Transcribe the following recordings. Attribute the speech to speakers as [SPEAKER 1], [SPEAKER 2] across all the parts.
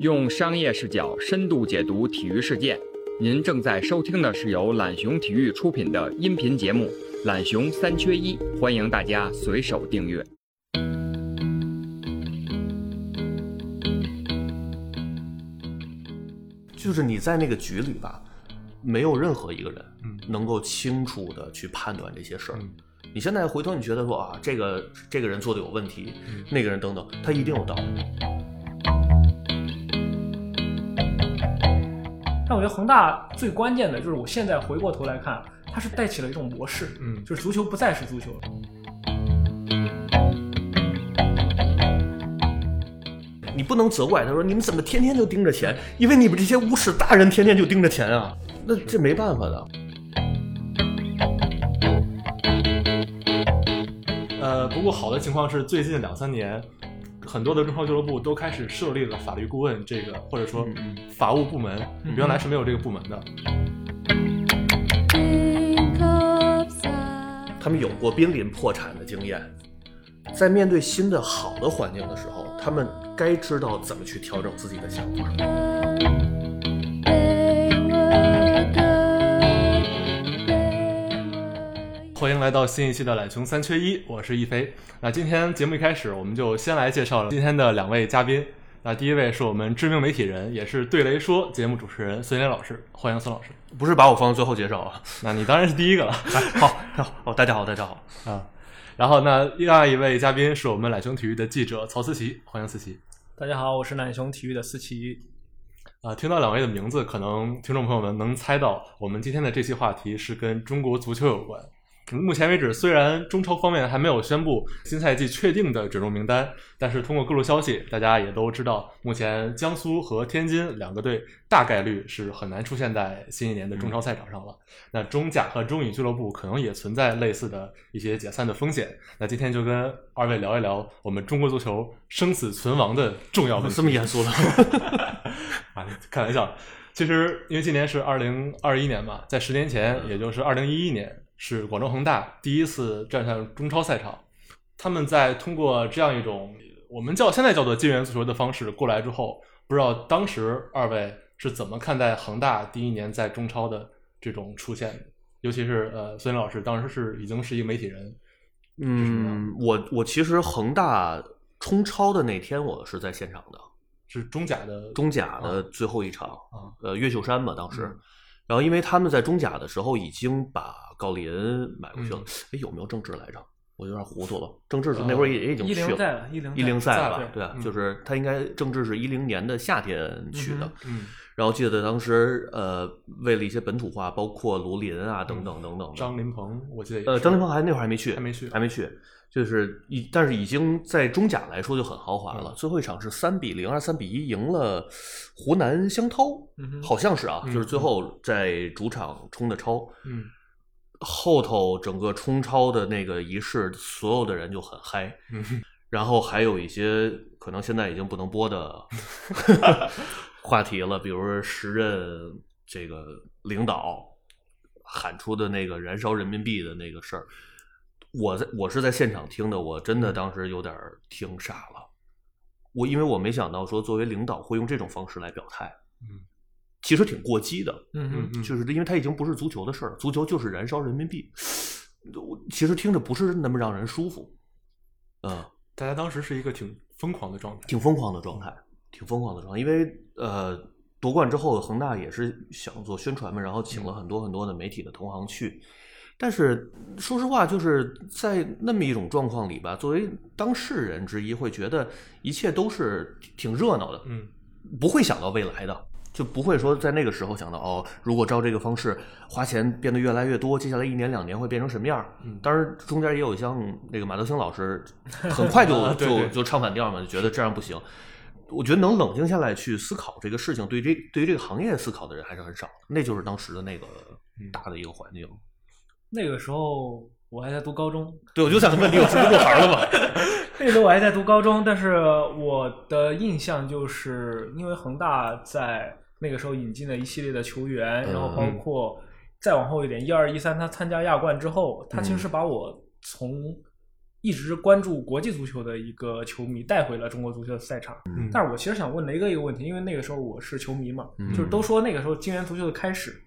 [SPEAKER 1] 用商业视角深度解读体育事件。您正在收听的是由懒熊体育出品的音频节目《懒熊三缺一》，欢迎大家随手订阅。
[SPEAKER 2] 就是你在那个局里吧，没有任何一个人能够清楚的去判断这些事儿。你现在回头，你觉得说啊，这个这个人做的有问题，那个人等等，他一定有道理。
[SPEAKER 3] 但我觉得恒大最关键的就是，我现在回过头来看，它是带起了一种模式，
[SPEAKER 4] 嗯
[SPEAKER 3] 就是足球不再是足球了。
[SPEAKER 2] 你不能责怪他说你们怎么天天就盯着钱，因为你们这些无耻大人天天就盯着钱啊，那这没办法的。
[SPEAKER 4] 呃，不过好的情况是，最近两三年，很多的中超俱乐部都开始设立了法律顾问这个，或者说
[SPEAKER 2] 嗯
[SPEAKER 4] 法务部门，原来是没有这个部门的。
[SPEAKER 5] Think upside.
[SPEAKER 2] 他们有过濒临破产的经验，在面对新的好的环境的时候，他们该知道怎么去调整自己的想法。
[SPEAKER 5] They were good. They were.
[SPEAKER 4] 欢迎来到新一期的懒熊三缺一，我是一飞。那今天节目一开始，我们就先来介绍了今天的两位嘉宾。那第一位是我们知名媒体人，也是《对雷说》节目主持人孙磊老师，欢迎孙老师。
[SPEAKER 2] 不是把我放到最后介绍啊。
[SPEAKER 4] 那你当然是第一个了
[SPEAKER 2] 好， 好，哦大家好，大家好。
[SPEAKER 4] 啊。然后那另外一位嘉宾是我们懒熊体育的记者曹思琪，欢迎思琪。
[SPEAKER 3] 大家好，我是懒熊体育的思琪。
[SPEAKER 4] 啊，听到两位的名字，可能听众朋友们能猜到，我们今天的这期话题是跟中国足球有关。目前为止，虽然中超方面还没有宣布新赛季确定的准入名单，但是通过各路消息，大家也都知道，目前江苏和天津两个队大概率是很难出现在新一年的中超赛场上了。那中甲和中乙俱乐部可能也存在类似的一些解散的风险。那今天就跟二位聊一聊我们中国足球生死存亡的重要问题。
[SPEAKER 2] 这么严 肃了
[SPEAKER 4] 啊，开玩笑。其实，因为今年是二零二一年嘛，在十年前，
[SPEAKER 2] 嗯
[SPEAKER 4] 也就是二零一一年，是广州恒大第一次站上中超赛场。他们在通过这样一种我们叫现在叫做金元足球的方式过来之后，不知道当时二位是怎么看待恒大第一年在中超的这种出现的？尤其是呃，孙老师当时是已经是一个媒体人，
[SPEAKER 2] 嗯，我我其实恒大冲超的那天我是在现场的，
[SPEAKER 4] 是中甲的
[SPEAKER 2] 中甲的最后一场，
[SPEAKER 4] 啊
[SPEAKER 2] 呃，越秀山嘛当时。
[SPEAKER 4] 嗯
[SPEAKER 2] 然后，因为他们在中甲的时候已经把郜林买过去了
[SPEAKER 4] 嗯，
[SPEAKER 2] 哎、有没有郑智来着？我有点糊涂了。郑智是那会儿也、也已经
[SPEAKER 3] 一
[SPEAKER 2] 去
[SPEAKER 3] 零在
[SPEAKER 2] 了，
[SPEAKER 3] 了，一零
[SPEAKER 2] 哦一零赛
[SPEAKER 4] 在
[SPEAKER 2] 吧
[SPEAKER 4] 了？
[SPEAKER 2] 对啊，
[SPEAKER 4] 嗯
[SPEAKER 2] 就是他应该郑智是一零年的夏天去的。
[SPEAKER 3] 嗯
[SPEAKER 4] 嗯，
[SPEAKER 2] 然后记得当时呃，为了一些本土化，包括卢林啊等等等等的，
[SPEAKER 4] 张琳芃，我记得也
[SPEAKER 2] 呃，
[SPEAKER 4] 是
[SPEAKER 2] 张琳芃还那会儿还没去，
[SPEAKER 4] 还没去
[SPEAKER 2] 还没去，就是已，但是已经在中甲来说就很豪华
[SPEAKER 4] 嗯
[SPEAKER 2] 了。最后一场是三比零还是三比一赢了湖南湘涛，
[SPEAKER 3] 嗯哼
[SPEAKER 2] 好像是啊，
[SPEAKER 4] 嗯
[SPEAKER 2] 就是最后在主场冲的超。
[SPEAKER 4] 嗯
[SPEAKER 2] 后头整个冲超的那个仪式，所有的人就很嗨，
[SPEAKER 4] 嗯
[SPEAKER 2] 然后还有一些可能现在已经不能播的 话题了，比如说时任这个领导喊出的那个燃烧人民币的那个事儿，我在我是在现场听的，我真的当时有点儿听傻了。我因为我没想到说作为领导会用这种方式来表态，
[SPEAKER 4] 嗯，
[SPEAKER 2] 其实挺过激的，
[SPEAKER 3] 嗯
[SPEAKER 4] 嗯
[SPEAKER 3] 哼，
[SPEAKER 4] 嗯，
[SPEAKER 2] 就是因为它已经不是足球的事儿了，足球就是燃烧人民币。我其实听着不是那么让人舒服，嗯，
[SPEAKER 4] 大家当时是一个挺疯狂的状态。
[SPEAKER 2] 挺疯狂的状态，挺疯狂的状态。因为呃，夺冠之后，恒大也是想做宣传嘛，然后请了很多很多的媒体的同行去。但是说实话，就是在那么一种状况里吧，作为当事人之一，会觉得一切都是挺热闹的，
[SPEAKER 4] 嗯
[SPEAKER 2] 不会想到未来的，就不会说在那个时候想到哦，如果照这个方式花钱变得越来越多，接下来一年两年会变成什么样儿？
[SPEAKER 4] 嗯
[SPEAKER 2] 当然中间也有像那个马德兴老 师，很快就
[SPEAKER 4] 对对
[SPEAKER 2] 就就唱反调嘛，就觉得这样不行。我觉得能冷静下来去思考这个事情，对这对于这个行业思考的人还是很少的，那就是当时的那个
[SPEAKER 4] 嗯
[SPEAKER 2] 大的一个环境。
[SPEAKER 3] 那个时候我还在读高中，
[SPEAKER 2] 对，我就想 问你，我是不是入行了吧？
[SPEAKER 3] 那个时候我还在读高中，但是我的印象就是因为恒大在那个时候引进了一系列的球员，
[SPEAKER 2] 嗯
[SPEAKER 3] 然后包括再往后一点，一二一三，他参加亚冠之后，他其实是把我从。一直关注国际足球的一个球迷带回了中国足球的赛场。
[SPEAKER 4] 嗯
[SPEAKER 3] 但是我其实想问雷哥一个问题，因为那个时候我是球迷嘛，
[SPEAKER 2] 嗯
[SPEAKER 3] 就是都说那个时候金元足球的开始，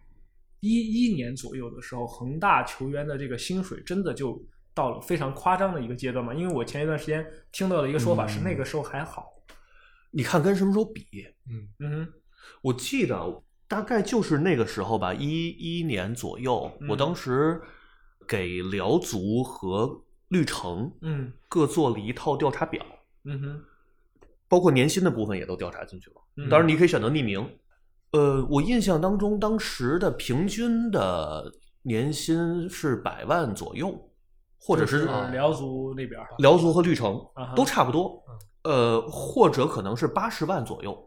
[SPEAKER 3] 一一年左右的时候，恒大球员的这个薪水真的就到了非常夸张的一个阶段嘛？因为我前一段时间听到了一个说法
[SPEAKER 2] 嗯
[SPEAKER 3] 是那个时候还好，
[SPEAKER 2] 你看跟什么时候比？
[SPEAKER 3] 嗯哼，
[SPEAKER 2] 我记得大概就是那个时候吧，一一年左右，
[SPEAKER 3] 嗯
[SPEAKER 2] 我当时给辽足和绿城
[SPEAKER 3] 嗯
[SPEAKER 2] 各做了一套调查表，
[SPEAKER 3] 嗯哼，
[SPEAKER 2] 包括年薪的部分也都调查进去了。
[SPEAKER 3] 嗯
[SPEAKER 2] 当然，你可以选择匿名。呃，我印象当中，当时的平均的年薪是百万左右，或者
[SPEAKER 3] 就是啊呃辽足那边儿，
[SPEAKER 2] 辽足和绿城
[SPEAKER 3] 啊哈
[SPEAKER 2] 都差不多，呃，或者可能是八十万左右。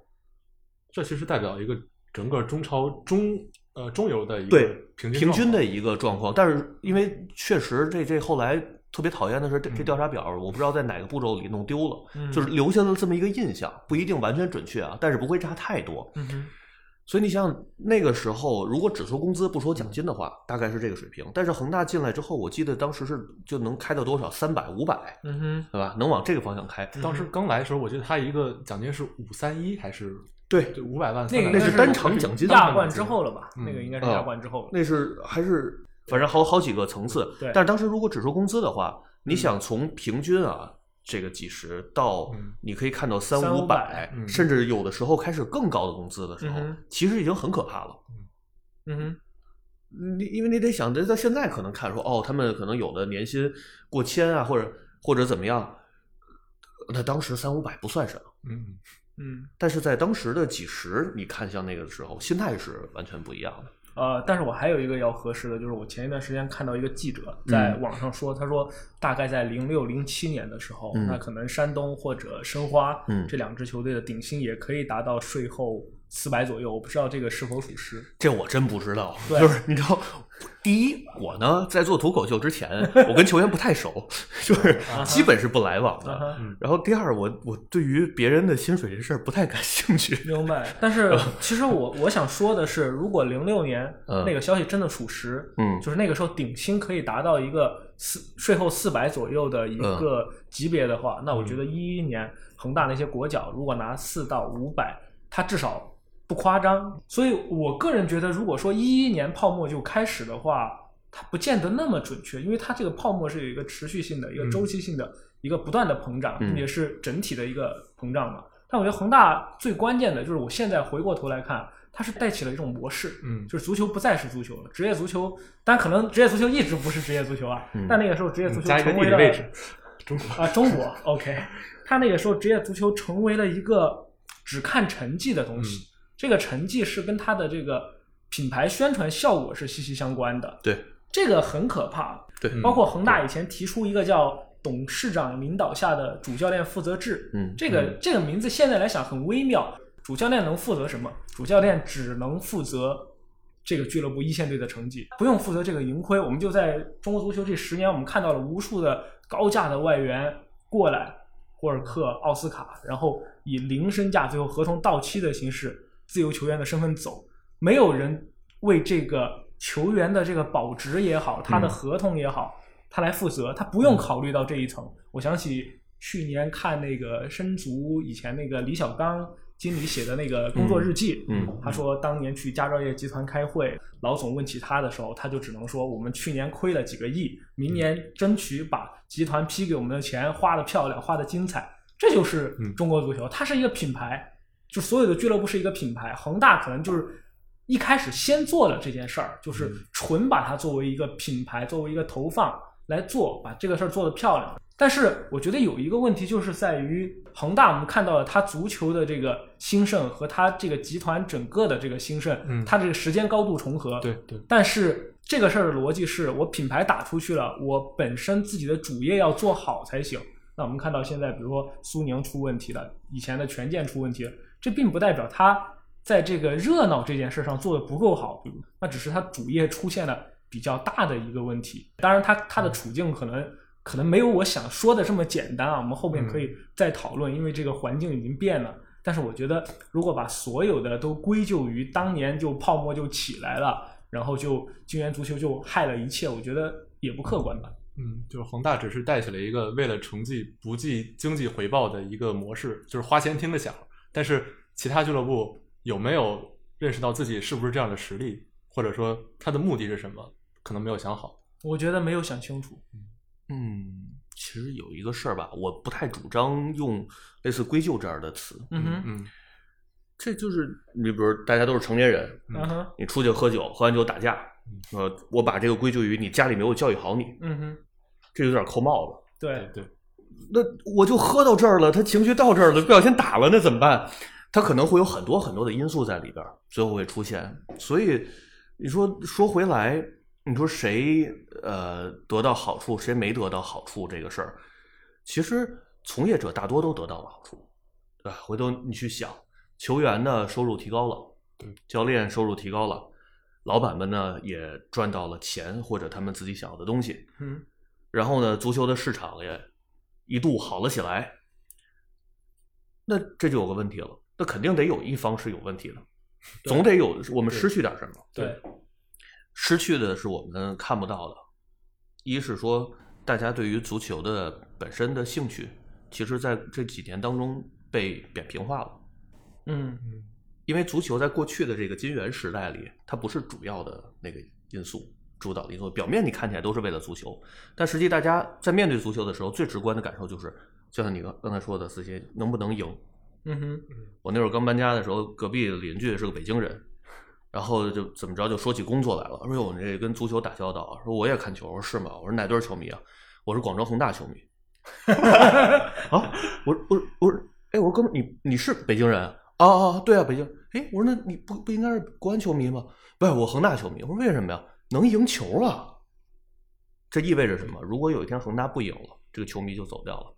[SPEAKER 4] 这其实代表一个整个中超中呃中游的一个
[SPEAKER 2] 对
[SPEAKER 4] 平
[SPEAKER 2] 平均
[SPEAKER 4] 状
[SPEAKER 2] 的一个状况。但是因为确实这这后来特别讨厌的是这这
[SPEAKER 4] 嗯
[SPEAKER 2] 调查表，我不知道在哪个步骤里弄丢了，
[SPEAKER 3] 嗯
[SPEAKER 2] 就是留下了这么一个印象，不一定完全准确啊，但是不会差太多。
[SPEAKER 3] 嗯哼，
[SPEAKER 2] 所以你想想那个时候，如果只说工资不说奖金的话，大概是这个水平。但是恒大进来之后，我记得当时是就能开到多少，三百、五百，
[SPEAKER 3] 嗯哼，
[SPEAKER 2] 对吧？能往这个方向开。
[SPEAKER 4] 况。当时
[SPEAKER 3] 嗯
[SPEAKER 4] 刚来的时候，我记得他一个奖金是五三一还是
[SPEAKER 2] 对，
[SPEAKER 4] 对五百万，
[SPEAKER 3] 那个
[SPEAKER 4] 300万
[SPEAKER 2] 那
[SPEAKER 3] 应该
[SPEAKER 2] 是单场奖金
[SPEAKER 3] 亚冠之后了吧？
[SPEAKER 4] 嗯
[SPEAKER 3] 那个应该是
[SPEAKER 2] 啊
[SPEAKER 3] 亚冠之后了。
[SPEAKER 2] 那是还是反正好好几个层次。
[SPEAKER 3] 对
[SPEAKER 2] 但是当时如果只说工资的话，你想从平均啊这个几十到
[SPEAKER 4] 嗯
[SPEAKER 2] 你可以看到三
[SPEAKER 3] 三五
[SPEAKER 2] 五百
[SPEAKER 4] 百，嗯
[SPEAKER 2] 甚至有的时候开始更高的工资的时候
[SPEAKER 3] 嗯哼，
[SPEAKER 2] 其实已经很可怕了。
[SPEAKER 3] 嗯哼，
[SPEAKER 2] 你因为你得想着在现在可能看说哦，他们可能有的年薪过千啊，或者或者怎么样，那当时三五百不算什么。
[SPEAKER 4] 嗯，
[SPEAKER 3] 嗯，
[SPEAKER 2] 但是在当时的几十，你看像那个时候，心态是完全不一样的。
[SPEAKER 3] 呃，但是我还有一个要核实的，就是我前一段时间看到一个记者
[SPEAKER 2] 嗯
[SPEAKER 3] 在网上说，他说大概在零六零七年的时候，
[SPEAKER 2] 嗯
[SPEAKER 3] 那可能山东或者申花、
[SPEAKER 2] 嗯
[SPEAKER 3] 这两支球队的顶薪也可以达到税后四百左右，我不知道这个是否属实。
[SPEAKER 2] 这我真不知道，
[SPEAKER 3] 对
[SPEAKER 2] 就是你知道，第一，我呢在做脱口秀之前，我跟球员不太熟，就是
[SPEAKER 3] 啊哈
[SPEAKER 2] 基本是不来往
[SPEAKER 3] 啊
[SPEAKER 2] 的。
[SPEAKER 3] 哈，
[SPEAKER 2] 然后第二，我我对于别人的薪水这事儿不太感兴趣。
[SPEAKER 3] 明白。但 是其实我我想说的是，如果零六年
[SPEAKER 2] 嗯
[SPEAKER 3] 那个消息真的属实，
[SPEAKER 2] 嗯
[SPEAKER 3] 就是那个时候顶薪可以达到一个四税后四百左右的一
[SPEAKER 2] 嗯
[SPEAKER 3] 个级别的话，那我觉得一一年恒大那些国脚如果拿四到五百，他至少不夸张。所以我个人觉得，如果说一一年泡沫就开始的话，它不见得那么准确，因为它这个泡沫是有一个持续性的、一个周期性的、一个不断的膨胀，
[SPEAKER 2] 嗯
[SPEAKER 3] 并且是整体的一个膨胀嘛。但我觉得恒大最关键的就是，我现在回过头来看，它是带起了一种模式，
[SPEAKER 4] 嗯
[SPEAKER 3] 就是足球不再是足球了，职业足球，但可能职业足球一直不是职业足球啊，
[SPEAKER 2] 嗯
[SPEAKER 3] 但那个时候职业足球
[SPEAKER 4] 加一个
[SPEAKER 3] 成
[SPEAKER 4] 地
[SPEAKER 3] 为
[SPEAKER 4] 理
[SPEAKER 3] 了
[SPEAKER 4] 位置，中国
[SPEAKER 3] 啊，中国 OK，他那个时候职业足球成为了一个只看成绩的东
[SPEAKER 4] 嗯
[SPEAKER 3] 西，这个成绩是跟他的这个品牌宣传效果是息息相关的，
[SPEAKER 2] 对
[SPEAKER 3] 这个很可怕。
[SPEAKER 2] 对，
[SPEAKER 4] 嗯
[SPEAKER 3] 包括恒大以前提出一个叫董事长领导下的主教练负责制，
[SPEAKER 2] 嗯
[SPEAKER 3] 这个这个名字现在来想很微妙。主教练能负责什么？主教练只能负责这个俱乐部一线队的成绩，不用负责这个盈亏。我们就在中国足球这十年，我们看到了无数的高价的外援过来，霍尔克、奥斯卡，然后以零身价，最后合同到期的形式，自由球员的身份走，没有人为这个球员的这个保值也好，他的
[SPEAKER 2] 嗯
[SPEAKER 3] 合同也好，他来负责，他不用考虑到这一层。我想起去年看那个申足以前那个李小刚经理写的那个工作日记，
[SPEAKER 2] 嗯嗯
[SPEAKER 3] 他说当年去佳兆业集团开会，老总问起他的时候，他就只能说我们去年亏了几个亿，明年争取把集团批给我们的钱花的漂亮，花的精彩。这就是
[SPEAKER 4] 嗯
[SPEAKER 3] 中国足球，它是一个品牌，就所有的俱乐部是一个品牌，恒大可能就是一开始先做了这件事儿，
[SPEAKER 4] 嗯
[SPEAKER 3] 就是纯把它作为一个品牌，作为一个投放来做，把这个事儿做得漂亮。但是我觉得有一个问题就是在于恒大，我们看到了它足球的这个兴盛和它这个集团整个的这个兴盛，
[SPEAKER 4] 嗯
[SPEAKER 3] 它这个时间高度重合，
[SPEAKER 4] 对对，
[SPEAKER 3] 但是这个事儿的逻辑是我品牌打出去了，我本身自己的主业要做好才行。那我们看到现在，比如说苏宁出问题了，以前的权健出问题了，这并不代表他在这个热闹这件事上做的不够好，那只是他主业出现了比较大的一个问题。当然他，他的处境可能可能没有我想说的这么简单啊，我们后面可以再讨论，因为这个环境已经变了。但是我觉得，如果把所有的都归咎于当年就泡沫就起来了，然后就金元足球就害了一切，我觉得也不客观吧。
[SPEAKER 4] 嗯，就是恒大只是带起了一个为了成绩不计经济回报的一个模式，就是花钱听着响。但是其他俱乐部有没有认识到自己是不是这样的实力，或者说他的目的是什么，可能没有想好。
[SPEAKER 3] 我觉得没有想清楚。
[SPEAKER 2] 嗯，其实有一个事儿吧，我不太主张用类似归咎这样的词。
[SPEAKER 3] 嗯哼，
[SPEAKER 4] 嗯
[SPEAKER 2] 这就是你比如大家都是成年人，
[SPEAKER 3] 嗯哼，
[SPEAKER 2] 你出去喝酒，喝完酒打架，呃，我把这个归咎于你家里没有教育好你，
[SPEAKER 3] 嗯哼，
[SPEAKER 2] 这有点扣帽子。
[SPEAKER 4] 对
[SPEAKER 3] 对，
[SPEAKER 4] 对，
[SPEAKER 2] 那我就喝到这儿了，他情绪到这儿了，不小心打了，那怎么办？他可能会有很多很多的因素在里边儿，最后会出现。所以你说说回来，你说谁呃得到好处，谁没得到好处这个事儿，其实从业者大多都得到了好处，对吧？回头你去想，球员呢收入提高了，教练收入提高了，老板们呢也赚到了钱或者他们自己想要的东西，
[SPEAKER 3] 嗯，
[SPEAKER 2] 然后呢，足球的市场也一度好了起来。那这就有个问题了，那肯定得有一方是有问题的，
[SPEAKER 3] 对
[SPEAKER 2] 总得有我们失去点什么。
[SPEAKER 3] 对，
[SPEAKER 2] 失去的是我们看不到的，一是说大家对于足球的本身的兴趣，其实在这几年当中被扁平化了，
[SPEAKER 3] 嗯
[SPEAKER 2] 因为足球在过去的这个金元时代里，它不是主要的那个因素。主导的因素，表面你看起来都是为了足球，但实际大家在面对足球的时候，最直观的感受就是，就像你刚才说的，思琪能不能赢？
[SPEAKER 3] 嗯哼，
[SPEAKER 2] 我那会儿刚搬家的时候，隔壁邻居是个北京人，然后就怎么着就说起工作来了，说哟，你这跟足球打交道，啊说我也看球，我说是吗？我说哪队儿球迷啊？我是广州恒大 球迷。啊，我说我说我说，哎，我说哥们儿，你你是北京人啊？啊啊，对啊，北京。哎，我说那你不不应该是国安球迷吗？不是，我恒大球迷。我说为什么呀？能赢球了，这意味着什么？如果有一天恒大不赢了，这个球迷就走掉了。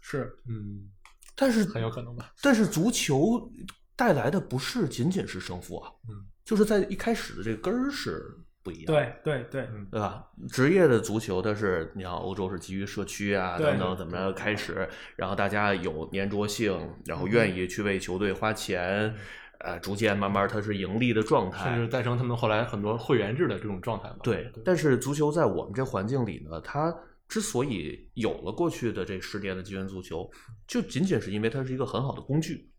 [SPEAKER 3] 是
[SPEAKER 4] 嗯，
[SPEAKER 2] 但是
[SPEAKER 4] 很有可能吧。
[SPEAKER 2] 但是足球带来的不是仅仅是胜负啊，
[SPEAKER 4] 嗯，
[SPEAKER 2] 就是在一开始的这个根儿是不一样，
[SPEAKER 3] 对对对，
[SPEAKER 2] 对吧？职业的足球它是，你像欧洲是基于社区啊
[SPEAKER 3] 对
[SPEAKER 2] 等等怎么着开始，然后大家有粘着性，然后愿意去为球队花钱，呃，逐渐慢慢它是盈利的状态，
[SPEAKER 4] 甚至带成他们后来很多会员制的这种状态吧。
[SPEAKER 2] 对，但是足球在我们这环境里呢，它之所以有了过去的这十年的金元足球，就仅仅是因为它是一个很好的工具。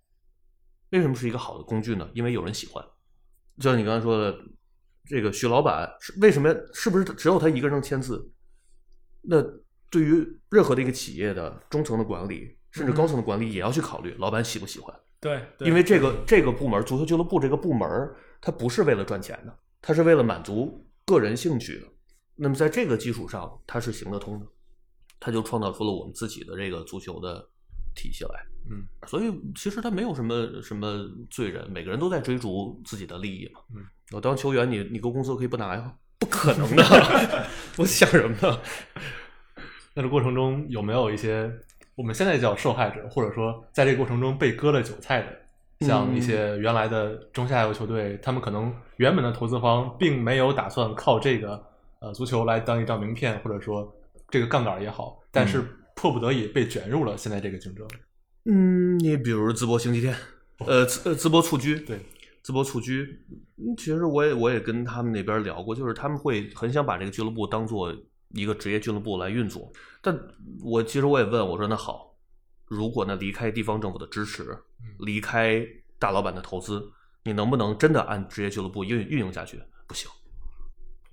[SPEAKER 2] 为什么是一个好的工具呢？因为有人喜欢。就像你刚才说的，这个徐老板是为什么？是不是只有他一个人能签字？那对于任何的一个企业的中层的管理，甚至高层的管理，也要去考虑老板喜不喜欢。
[SPEAKER 3] 对，对
[SPEAKER 2] 因为这个这个部门，足球俱乐部这个部门，它不是为了赚钱的，它是为了满足个人兴趣的。那么在这个基础上，它是行得通的，它就创造出了我们自己的这个足球的体系来。
[SPEAKER 4] 嗯，
[SPEAKER 2] 所以其实它没有什么什么罪人，每个人都在追逐自己的利益嘛。
[SPEAKER 4] 嗯，
[SPEAKER 2] 我当球员，你你给我工资我可以不拿呀？不可能的，我想什么 呢？
[SPEAKER 4] 在这过程中有没有一些我们现在叫受害者，或者说在这个过程中被割了韭菜的，像一些原来的中下游球队，他们可能原本的投资方并没有打算靠这个呃足球来当一张名片，或者说这个杠杆也好，但是迫不得已被卷入了现在这个竞争。
[SPEAKER 2] 嗯，你比如淄博星期天，呃，淄呃淄博蹴鞠，
[SPEAKER 4] 对，
[SPEAKER 2] 淄博蹴鞠，嗯其实我也我也跟他们那边聊过，就是他们会很想把这个俱乐部当做一个职业俱乐部来运作，但我其实我也问我说，那好，如果呢离开地方政府的支持，离开大老板的投资，你能不能真的按职业俱乐部运运营下去？不行。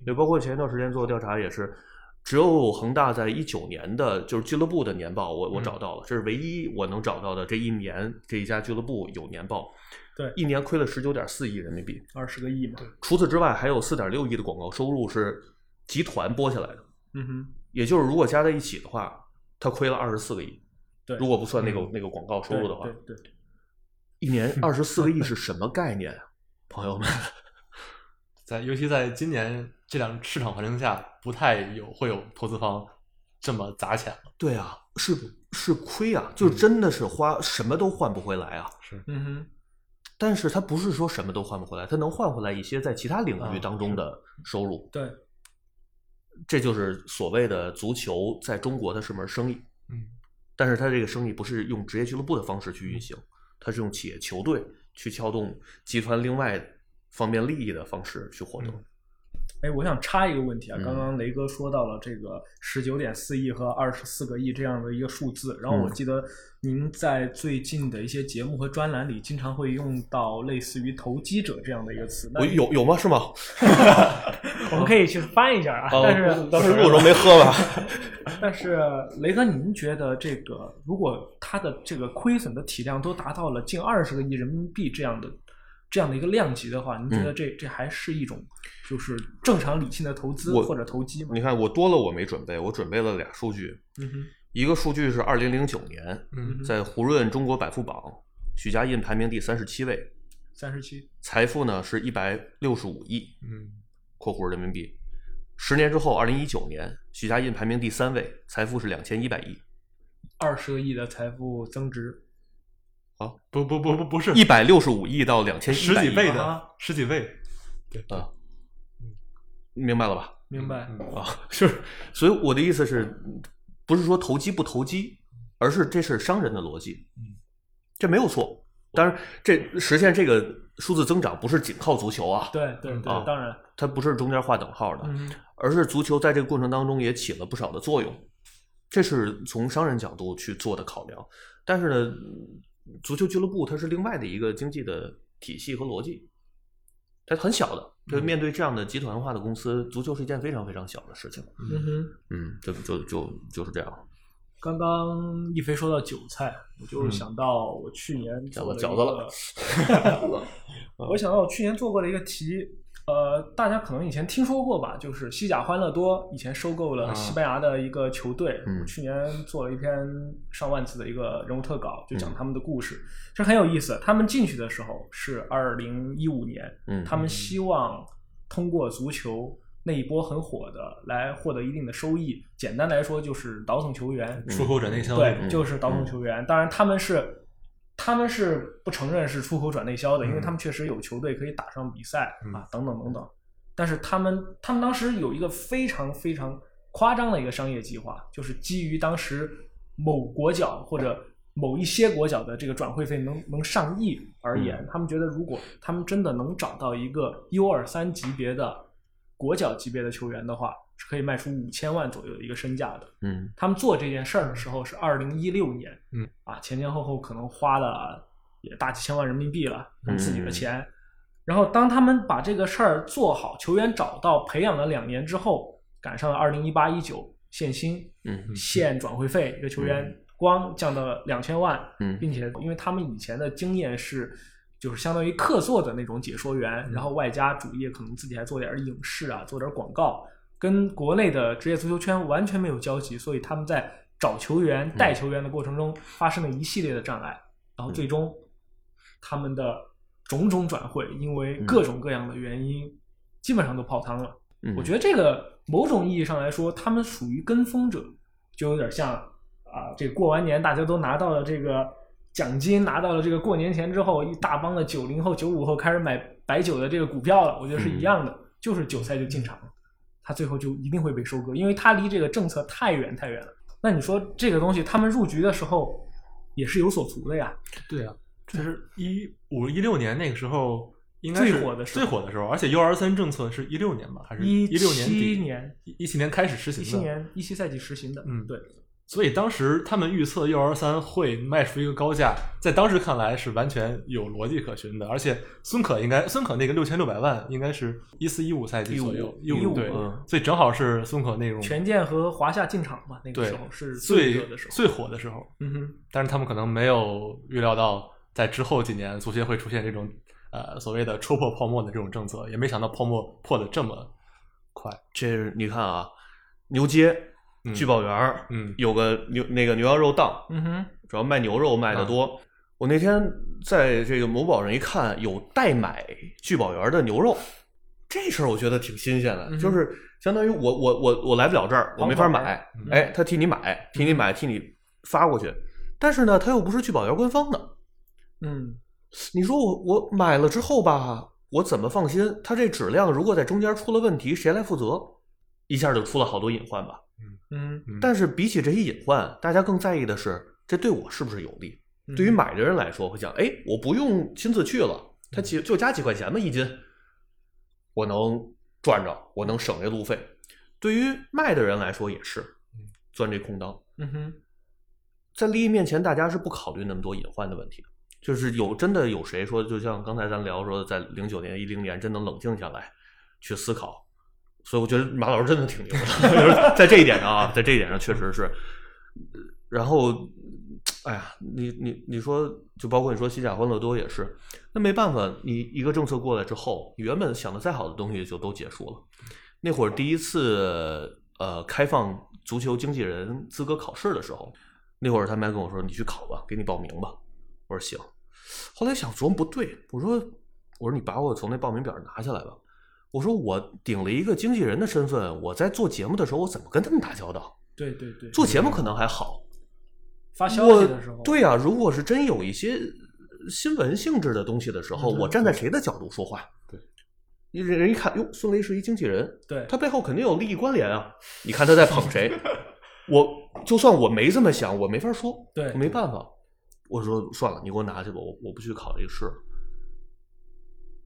[SPEAKER 2] 对，包括前一段时间做的调查也是，只有恒大在一九年的，就是俱乐部的年报
[SPEAKER 3] 嗯
[SPEAKER 2] 我，我找到了，这是唯一我能找到的这一年这一家俱乐部有年报，
[SPEAKER 3] 对
[SPEAKER 2] 一年亏了十九点四亿人民币，
[SPEAKER 3] 二十个亿嘛，
[SPEAKER 2] 除此之外还有四点六亿的广告收入是集团拨下来的，
[SPEAKER 3] 嗯哼，
[SPEAKER 2] 也就是如果加在一起的话，它亏了二十四个亿，
[SPEAKER 3] 对，
[SPEAKER 2] 如果不算那个、
[SPEAKER 4] 嗯
[SPEAKER 2] 那个广告收入的话，
[SPEAKER 3] 对对对，
[SPEAKER 2] 一年 二十四个亿是什么概念啊，朋友们？
[SPEAKER 4] 在尤其在今年这两市场环境下，不太有会有投资方这么砸钱了。
[SPEAKER 2] 对啊，是是亏啊，就真的是花什么都换不回来啊。
[SPEAKER 3] 嗯哼，
[SPEAKER 2] 但是它不是说什么都换不回来，它能换回来一些在其他领域当中的收入，
[SPEAKER 3] 对，
[SPEAKER 2] 这就是所谓的足球在中国它是门生意。
[SPEAKER 4] 嗯，
[SPEAKER 2] 但是它这个生意不是用职业俱乐部的方式去运行，它是用企业球队去撬动集团另外方面利益的方式去获得。
[SPEAKER 4] 嗯
[SPEAKER 3] 哎，我想插一个问题啊，
[SPEAKER 1] 嗯
[SPEAKER 3] 刚刚雷哥说到了这个十九点四亿和二十四个亿这样的一个数字，然后
[SPEAKER 2] 嗯
[SPEAKER 3] 我记得您在最近的一些节目和专栏里经常会用到类似于“投机者”这样的一个词，那
[SPEAKER 2] 我有 有吗？是吗？
[SPEAKER 3] 我们可以去翻一下啊。
[SPEAKER 2] 哦
[SPEAKER 3] 但是
[SPEAKER 2] 当时我都没喝吧。
[SPEAKER 3] 但是雷哥，您觉得这个如果它的这个亏损的体量都达到了近二十个亿人民币这样的这样的一个量级的话，您觉得这、这还是一种就是正常理性的投资
[SPEAKER 2] 我
[SPEAKER 3] 或者投机吗？
[SPEAKER 2] 你看我多了，我没准备，我准备了俩数据，
[SPEAKER 3] 嗯哼，
[SPEAKER 2] 一个数据是二零零九年
[SPEAKER 4] 嗯
[SPEAKER 2] 在胡润中国百富榜，许家印排名第三十七位，
[SPEAKER 3] 三十七，
[SPEAKER 2] 财富呢是一百六十五亿
[SPEAKER 4] 嗯
[SPEAKER 2] （括弧人民币）。十年之后，二零一九年，许家印排名第三位，财富是两千一百亿，
[SPEAKER 3] 二十个亿的财富增值，
[SPEAKER 4] 不不不不不是
[SPEAKER 2] 一百六十五亿到两千
[SPEAKER 4] 十几倍
[SPEAKER 3] 啊
[SPEAKER 4] 的十几倍，对
[SPEAKER 2] 啊明白了吧？
[SPEAKER 3] 明白？
[SPEAKER 4] 嗯
[SPEAKER 2] 啊，就是，所以我的意思是，不是说投机不投机，而是这是商人的逻辑，
[SPEAKER 4] 嗯，
[SPEAKER 2] 这没有错。当然，这实现这个数字增长不是仅靠足球啊，
[SPEAKER 3] 对对对，
[SPEAKER 2] 啊
[SPEAKER 3] 当然，
[SPEAKER 2] 它不是中间画等号的，
[SPEAKER 3] 嗯，
[SPEAKER 2] 而是足球在这个过程当中也起了不少的作用，这是从商人角度去做的考量。但是呢，足球俱乐部它是另外的一个经济的体系和逻辑，它很小的。就面对这样的集团化的公司，足球是一件非常非常小的事情。
[SPEAKER 3] 嗯哼。
[SPEAKER 2] 嗯，就就就就是这样。
[SPEAKER 3] 刚刚一飞说到韭菜，我就想到我去年做了一
[SPEAKER 2] 讲
[SPEAKER 3] 个
[SPEAKER 2] 到嗯饺
[SPEAKER 3] 我想到我去年做过的一个题，呃，大家可能以前听说过吧，就是西甲欢乐多以前收购了西班牙的一个球队，
[SPEAKER 2] 啊嗯
[SPEAKER 3] 我去年做了一篇上万字的一个人物特稿，就
[SPEAKER 2] 嗯
[SPEAKER 3] 讲他们的故事，这很有意思。他们进去的时候是二零一五年，
[SPEAKER 2] 嗯，
[SPEAKER 3] 他们希望通过足球那一波很火的来获得一定的收益。简单来说，就是倒腾球员，
[SPEAKER 2] 嗯
[SPEAKER 4] 出口转内销那
[SPEAKER 3] 对，
[SPEAKER 4] 种，
[SPEAKER 3] 就是倒腾球员。当然，他们是他们是不承认是出口转内销的，因为他们确实有球队可以打上比赛
[SPEAKER 4] 嗯
[SPEAKER 3] 啊，等等等等。但是他们他们当时有一个非常非常夸张的一个商业计划，就是基于当时某国脚或者某一些国脚的这个转会费能能上亿而言，他们觉得如果他们真的能找到一个 U 二三级别的国脚级别的球员的话，是可以卖出五千万左右的一个身价的。
[SPEAKER 2] 嗯
[SPEAKER 3] 他们做这件事儿的时候是二零一六年，
[SPEAKER 4] 嗯
[SPEAKER 3] 啊，前前后后可能花了也大几千万人民币了，他们自己的
[SPEAKER 2] 嗯
[SPEAKER 3] 钱。然后当他们把这个事儿做好，球员找到、培养了两年之后，赶上了二零一八一九限薪、
[SPEAKER 2] 嗯
[SPEAKER 3] 限转会费，一个球员光降到了两千万，
[SPEAKER 2] 嗯
[SPEAKER 3] 并且因为他们以前的经验是，就是相当于客座的那种解说员，然后外加主业可能自己还做点儿影视啊，做点儿广告，跟国内的职业足球圈完全没有交集，所以他们在找球员、带球员的过程中发生了一系列的障碍，然后最终他们的种种转会，因为各种各样的原因，基本上都泡汤了。
[SPEAKER 2] 嗯，
[SPEAKER 3] 我觉得这个某种意义上来说，他们属于跟风者，就有点像啊，这个过完年大家都拿到了这个奖金，拿到了这个过年前之后，一大帮的九零后、九五后开始买白酒的这个股票了，我觉得
[SPEAKER 4] 嗯
[SPEAKER 3] 是一样的，就是韭菜就进场了，他最后就一定会被收割，因为他离这个政策太远太远了。那你说这个东西，他们入局的时候也是有所图的呀，
[SPEAKER 4] 对啊，这是一五一六年那个时候。应该
[SPEAKER 3] 最
[SPEAKER 4] 是
[SPEAKER 3] 火的时
[SPEAKER 4] 最
[SPEAKER 3] 候
[SPEAKER 4] 火的时候，而且 U 二三政策是一六年吧，还是一六年
[SPEAKER 3] 一
[SPEAKER 4] 底
[SPEAKER 3] 七？年，
[SPEAKER 4] 一七年开始实行
[SPEAKER 3] 一
[SPEAKER 4] 的。
[SPEAKER 3] 七年一七赛季实行的，
[SPEAKER 4] 嗯
[SPEAKER 3] 对，
[SPEAKER 4] 所以当时他们预测幺二三会卖出一个高价，在当时看来是完全有逻辑可循的。而且孙可应该，孙可那个六千六百万应该是一四一五赛季左右，一
[SPEAKER 3] 15
[SPEAKER 4] 对，
[SPEAKER 2] 嗯
[SPEAKER 4] 所以正好是孙可那种
[SPEAKER 3] 权健和华夏进场嘛，那个
[SPEAKER 4] 嗯对
[SPEAKER 3] 时候是最
[SPEAKER 4] 最
[SPEAKER 3] 热的时候。
[SPEAKER 4] 最火的时候。
[SPEAKER 3] 嗯哼，
[SPEAKER 4] 但是他们可能没有预料到，在之后几年足协会出现这种呃所谓的戳破泡沫的这种政策，也没想到泡沫破的这么快。
[SPEAKER 2] 这是你看啊，牛街
[SPEAKER 4] 嗯
[SPEAKER 2] 聚宝园儿
[SPEAKER 4] 嗯
[SPEAKER 2] 有个牛那个牛羊肉档，
[SPEAKER 3] 嗯哼，
[SPEAKER 2] 主要卖牛肉卖
[SPEAKER 3] 啊
[SPEAKER 2] 的多。我那天在这个某宝上一看，有代买聚宝园的牛肉，这事儿我觉得挺新鲜的，
[SPEAKER 3] 嗯
[SPEAKER 2] 就是相当于我我我我来不了这儿，我没法
[SPEAKER 3] 淘宝
[SPEAKER 2] 买
[SPEAKER 4] 嗯，
[SPEAKER 2] 哎，他替你买，替你买，替你发过去，但是呢，他又不是聚宝园官方的，
[SPEAKER 3] 嗯，
[SPEAKER 2] 你说我我买了之后吧，我怎么放心？它这质量如果在中间出了问题，谁来负责？一下就出了好多隐患吧。
[SPEAKER 3] 嗯，
[SPEAKER 4] 嗯
[SPEAKER 2] 但是比起这些隐患，大家更在意的是这对我是不是有利？对
[SPEAKER 3] 嗯
[SPEAKER 2] 于买的人来说，会想，哎，我不用亲自去了，他几就加几块钱吧一斤，我能赚着，我能省这路费。对于卖的人来说也是，钻这空当。
[SPEAKER 3] 嗯哼，
[SPEAKER 2] 在利益面前，大家是不考虑那么多隐患的问题的。就是有真的有谁说，就像刚才咱聊说，在零九年、一零年真能冷静下来去思考。所以我觉得马老师真的挺牛的，就是在这一点上啊，在这一点上确实是。然后，哎呀，你你你说，就包括你说西甲欢乐多也是，那没办法，你一个政策过来之后，你原本想的再好的东西就都结束了。那会儿第一次呃开放足球经纪人资格考试的时候，那会儿他们还跟我说：“你去考吧，给你报名吧。”我说：“行。”后来想琢磨不对，我说：“我说你把我从那报名表拿下来吧。”我说：“我顶了一个经纪人的身份，我在做节目的时候，我怎么跟他们打交道？
[SPEAKER 3] 对对对，
[SPEAKER 2] 做节目可能还好，
[SPEAKER 3] 发嗯消
[SPEAKER 2] 我
[SPEAKER 3] 息的时候，
[SPEAKER 2] 对呀、如果是真有一些新闻性质的东西的时候，
[SPEAKER 3] 嗯对
[SPEAKER 2] 我站在谁的角度说话？
[SPEAKER 4] 对，
[SPEAKER 2] 你人人一看，哟，孙雷是一经纪人，
[SPEAKER 3] 对，
[SPEAKER 2] 他背后肯定有利益关联啊！你看他在捧 谁？我就算我没这么想，我没法说，
[SPEAKER 3] 对
[SPEAKER 2] 我没办法。我说算了，你给我拿去吧，我我不去考这个试了。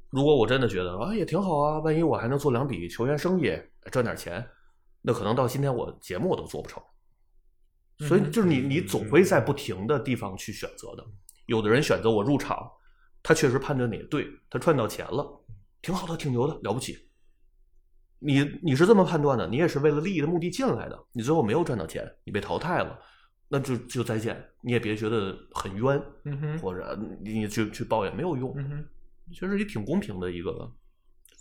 [SPEAKER 2] 如果我真的觉得啊也挺好啊，万一我还能做两笔球员生意，赚点钱，那可能到今天我节目我都做不成。所以
[SPEAKER 3] 嗯
[SPEAKER 2] 就是你你总会在不停的地方去选择的。有的人选择我入场，他确实判断的也对，他赚到钱了，挺好的，挺牛的，了不起。你你是这么判断的，你也是为了利益的目的进来的，你最后没有赚到钱，你被淘汰了，那就就再见，你也别觉得很冤，
[SPEAKER 3] 嗯哼，
[SPEAKER 2] 或者你你去去抱怨没有用，
[SPEAKER 3] 嗯哼，
[SPEAKER 2] 其实也挺公平的一个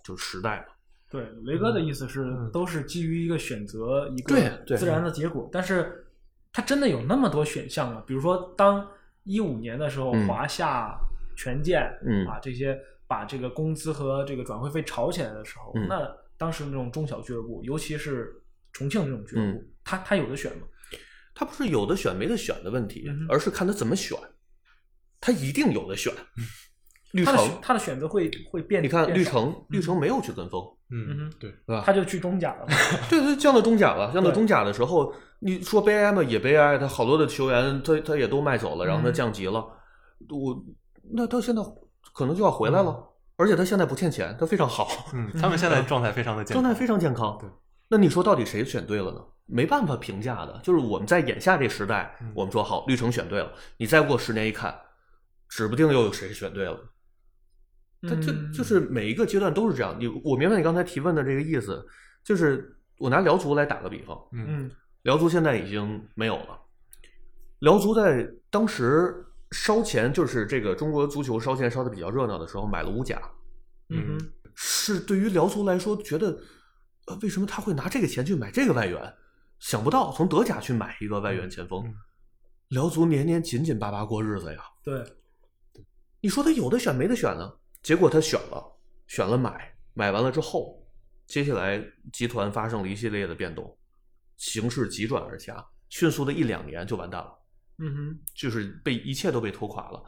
[SPEAKER 2] 就是时代嘛。
[SPEAKER 3] 对，雷哥的意思是，都是基于一个选择一
[SPEAKER 2] 嗯对对
[SPEAKER 3] 个自然的结果，但是他真的有那么多选项吗？比如说，当一五年的时候，
[SPEAKER 2] 嗯
[SPEAKER 3] 华夏、权健
[SPEAKER 2] 嗯
[SPEAKER 3] 啊这些把这个工资和这个转会费炒起来的时候，
[SPEAKER 2] 嗯
[SPEAKER 3] 那当时那种中小俱乐部，尤其是重庆这种俱乐
[SPEAKER 2] 嗯
[SPEAKER 3] 部，他他有的选吗？
[SPEAKER 2] 他不是有的选没得选的问题，
[SPEAKER 3] 嗯哼
[SPEAKER 2] 而是看他怎么选，他一定有的选。绿
[SPEAKER 3] 他的
[SPEAKER 2] 城
[SPEAKER 3] 选，他的选择会会变，
[SPEAKER 2] 你看
[SPEAKER 3] 嗯变
[SPEAKER 2] 绿
[SPEAKER 3] 少，
[SPEAKER 2] 城，啊绿城没有去跟风，
[SPEAKER 4] 嗯，
[SPEAKER 3] 嗯
[SPEAKER 4] 对，
[SPEAKER 2] 对吧？
[SPEAKER 3] 他就去中甲了嘛。
[SPEAKER 2] 对他降到中甲了，降到
[SPEAKER 3] 对
[SPEAKER 2] 中甲的时候，你说悲哀吗？也悲哀，他好多的球员他他也都卖走了，然后他
[SPEAKER 3] 嗯
[SPEAKER 2] 降级了，我那他现在可能就要回来
[SPEAKER 3] 嗯
[SPEAKER 2] 了，而且他现在不欠钱，他非常好，
[SPEAKER 4] 嗯，他们现在状态非常的健
[SPEAKER 2] 状
[SPEAKER 4] 康，
[SPEAKER 2] 态非常健康。
[SPEAKER 4] 对，
[SPEAKER 2] 那你说到底谁选对了呢？没办法评价的，就是我们在眼下这时代，
[SPEAKER 4] 嗯
[SPEAKER 2] 我们说好绿城选对了，你再过十年一看，指不定又有谁选对了。他就
[SPEAKER 3] 嗯
[SPEAKER 2] 就是每一个阶段都是这样。你我明白你刚才提问的这个意思，就是我拿辽足来打个比方，
[SPEAKER 4] 嗯，
[SPEAKER 3] 嗯
[SPEAKER 2] 辽足现在已经没有了。辽足在当时烧钱，就是这个中国足球烧钱烧的比较热闹的时候，买了五甲，
[SPEAKER 3] 嗯哼。
[SPEAKER 2] 是对于辽足来说，觉得呃，为什么他会拿这个钱去买这个外援？想不到从德甲去买一个外援前锋
[SPEAKER 4] 嗯，
[SPEAKER 2] 辽足年年紧紧巴巴过日子呀。
[SPEAKER 3] 对，
[SPEAKER 2] 你说他有的选没得选呢？结果他选了，选了买，买完了之后，接下来集团发生了一系列的变动，形势急转而下，迅速的一两年就完蛋了，
[SPEAKER 3] 嗯哼，
[SPEAKER 2] 就是被一切都被拖垮了。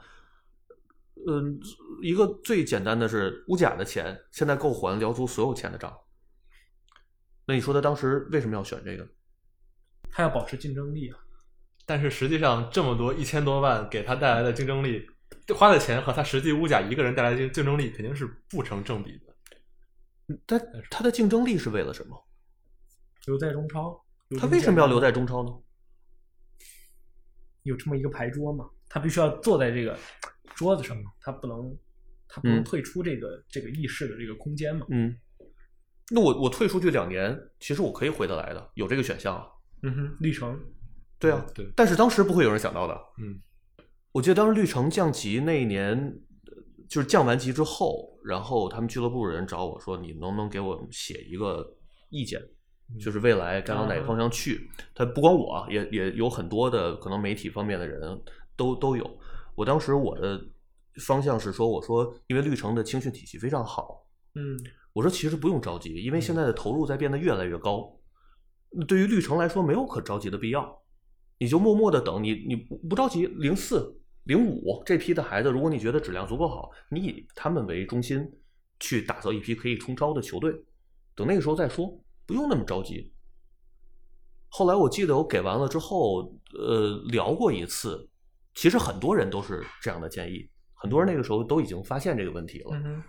[SPEAKER 2] 嗯，一个最简单的是乌甲的钱现在够还辽足所有欠的账，那你说他当时为什么要选这个？
[SPEAKER 3] 他要保持竞争力啊。
[SPEAKER 4] 但是实际上这么多一千多万给他带来的竞争力，花的钱和他实际物价一个人带来的竞竞争力肯定是不成正比的。
[SPEAKER 2] 他他的竞争力是为了什么？
[SPEAKER 3] 留在中超，有
[SPEAKER 2] 他
[SPEAKER 3] 这
[SPEAKER 2] 为什么要留
[SPEAKER 3] 简单
[SPEAKER 2] 在
[SPEAKER 3] 吗？
[SPEAKER 2] 中超呢？
[SPEAKER 3] 有这么一个牌桌嘛，他必须要坐在这个桌子上嘛，他不能，他不能
[SPEAKER 2] 嗯
[SPEAKER 3] 退出这个、这个议事的这个空间嘛。
[SPEAKER 2] 嗯，那我我退出去两年，其实我可以回得来的，有这个选项啊。
[SPEAKER 3] 嗯哼，历程，
[SPEAKER 2] 对啊，
[SPEAKER 4] 对
[SPEAKER 2] 但是当时不会有人想到的。
[SPEAKER 4] 嗯，
[SPEAKER 2] 我记得当时绿城降级那一年，呃就是降完级之后，然后他们俱乐部的人找我说：“你能不能给我写一个意见？”
[SPEAKER 4] 嗯
[SPEAKER 2] 就是未来该往哪个方向去，他不光我，啊也也有很多的可能媒体方面的人都都有。我当时我的方向是说，我说因为绿城的青训体系非常好，
[SPEAKER 3] 嗯
[SPEAKER 2] 我说其实不用着急，因为现在的投入在变得越来越高，对于绿城来说没有可着急的必要，你就默默的等，你你不不着急。零四、零五这批的孩子，如果你觉得质量足够好，你以他们为中心去打造一批可以冲超的球队，等那个时候再说，不用那么着急。后来我记得我给完了之后，呃，聊过一次，其实很多人都是这样的建议，很多人那个时候都已经发现这个问题了。
[SPEAKER 3] 嗯哼，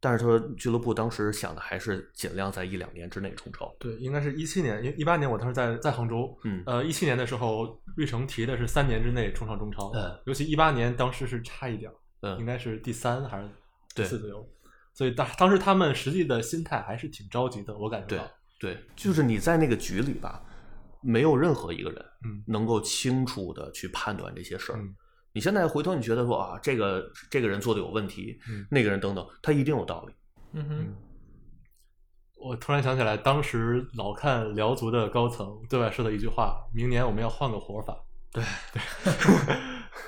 [SPEAKER 2] 但是说俱乐部当时想的还是尽量在一两年之内冲超。
[SPEAKER 4] 对，应该是一七年，因一八年我当时在在杭州，
[SPEAKER 2] 嗯
[SPEAKER 4] 呃，一七年的时候，绿城提的是三年之内冲上中超，
[SPEAKER 2] 嗯，
[SPEAKER 4] 尤其一八年当时是差一点儿，应
[SPEAKER 2] 嗯，
[SPEAKER 4] 该是第三还是第
[SPEAKER 2] 对
[SPEAKER 4] 四左右，所以当当时他们实际的心态还是挺着急的，我感觉
[SPEAKER 2] 对
[SPEAKER 4] 到，
[SPEAKER 2] 对，就是你在那个局里吧，没有任何一个人
[SPEAKER 4] 嗯
[SPEAKER 2] 能够清楚的去判断这些事儿。
[SPEAKER 4] 嗯
[SPEAKER 2] 你现在回头，你觉得说啊，这个这个人做的有问题，
[SPEAKER 4] 嗯
[SPEAKER 2] 那个人等等，他一定有道理。
[SPEAKER 3] 嗯哼，
[SPEAKER 4] 我突然想起来，当时老看辽足的高层对外说的一句话：“明年我们要换个活法。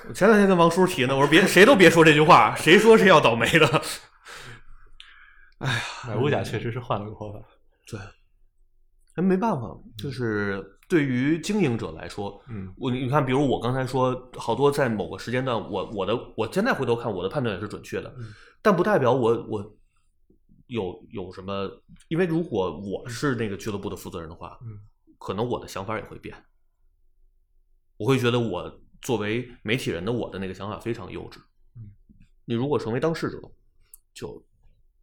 [SPEAKER 2] 我前两天跟王叔提呢，我说别谁都别说这句话，谁说谁要倒霉的。”
[SPEAKER 4] 买乌甲确实是换了个活法，
[SPEAKER 2] 那哎没办法，就是对于经营者来说，
[SPEAKER 4] 嗯
[SPEAKER 2] 我你看，比如我刚才说，好多在某个时间段，我我的我现在回头看，我的判断也是准确的，
[SPEAKER 4] 嗯
[SPEAKER 2] 但不代表我我有有什么，因为如果我是那个俱乐部的负责人的话，
[SPEAKER 4] 嗯
[SPEAKER 2] 可能我的想法也会变，我会觉得我作为媒体人的我的那个想法非常幼稚，
[SPEAKER 4] 嗯
[SPEAKER 2] 你如果成为当事者，就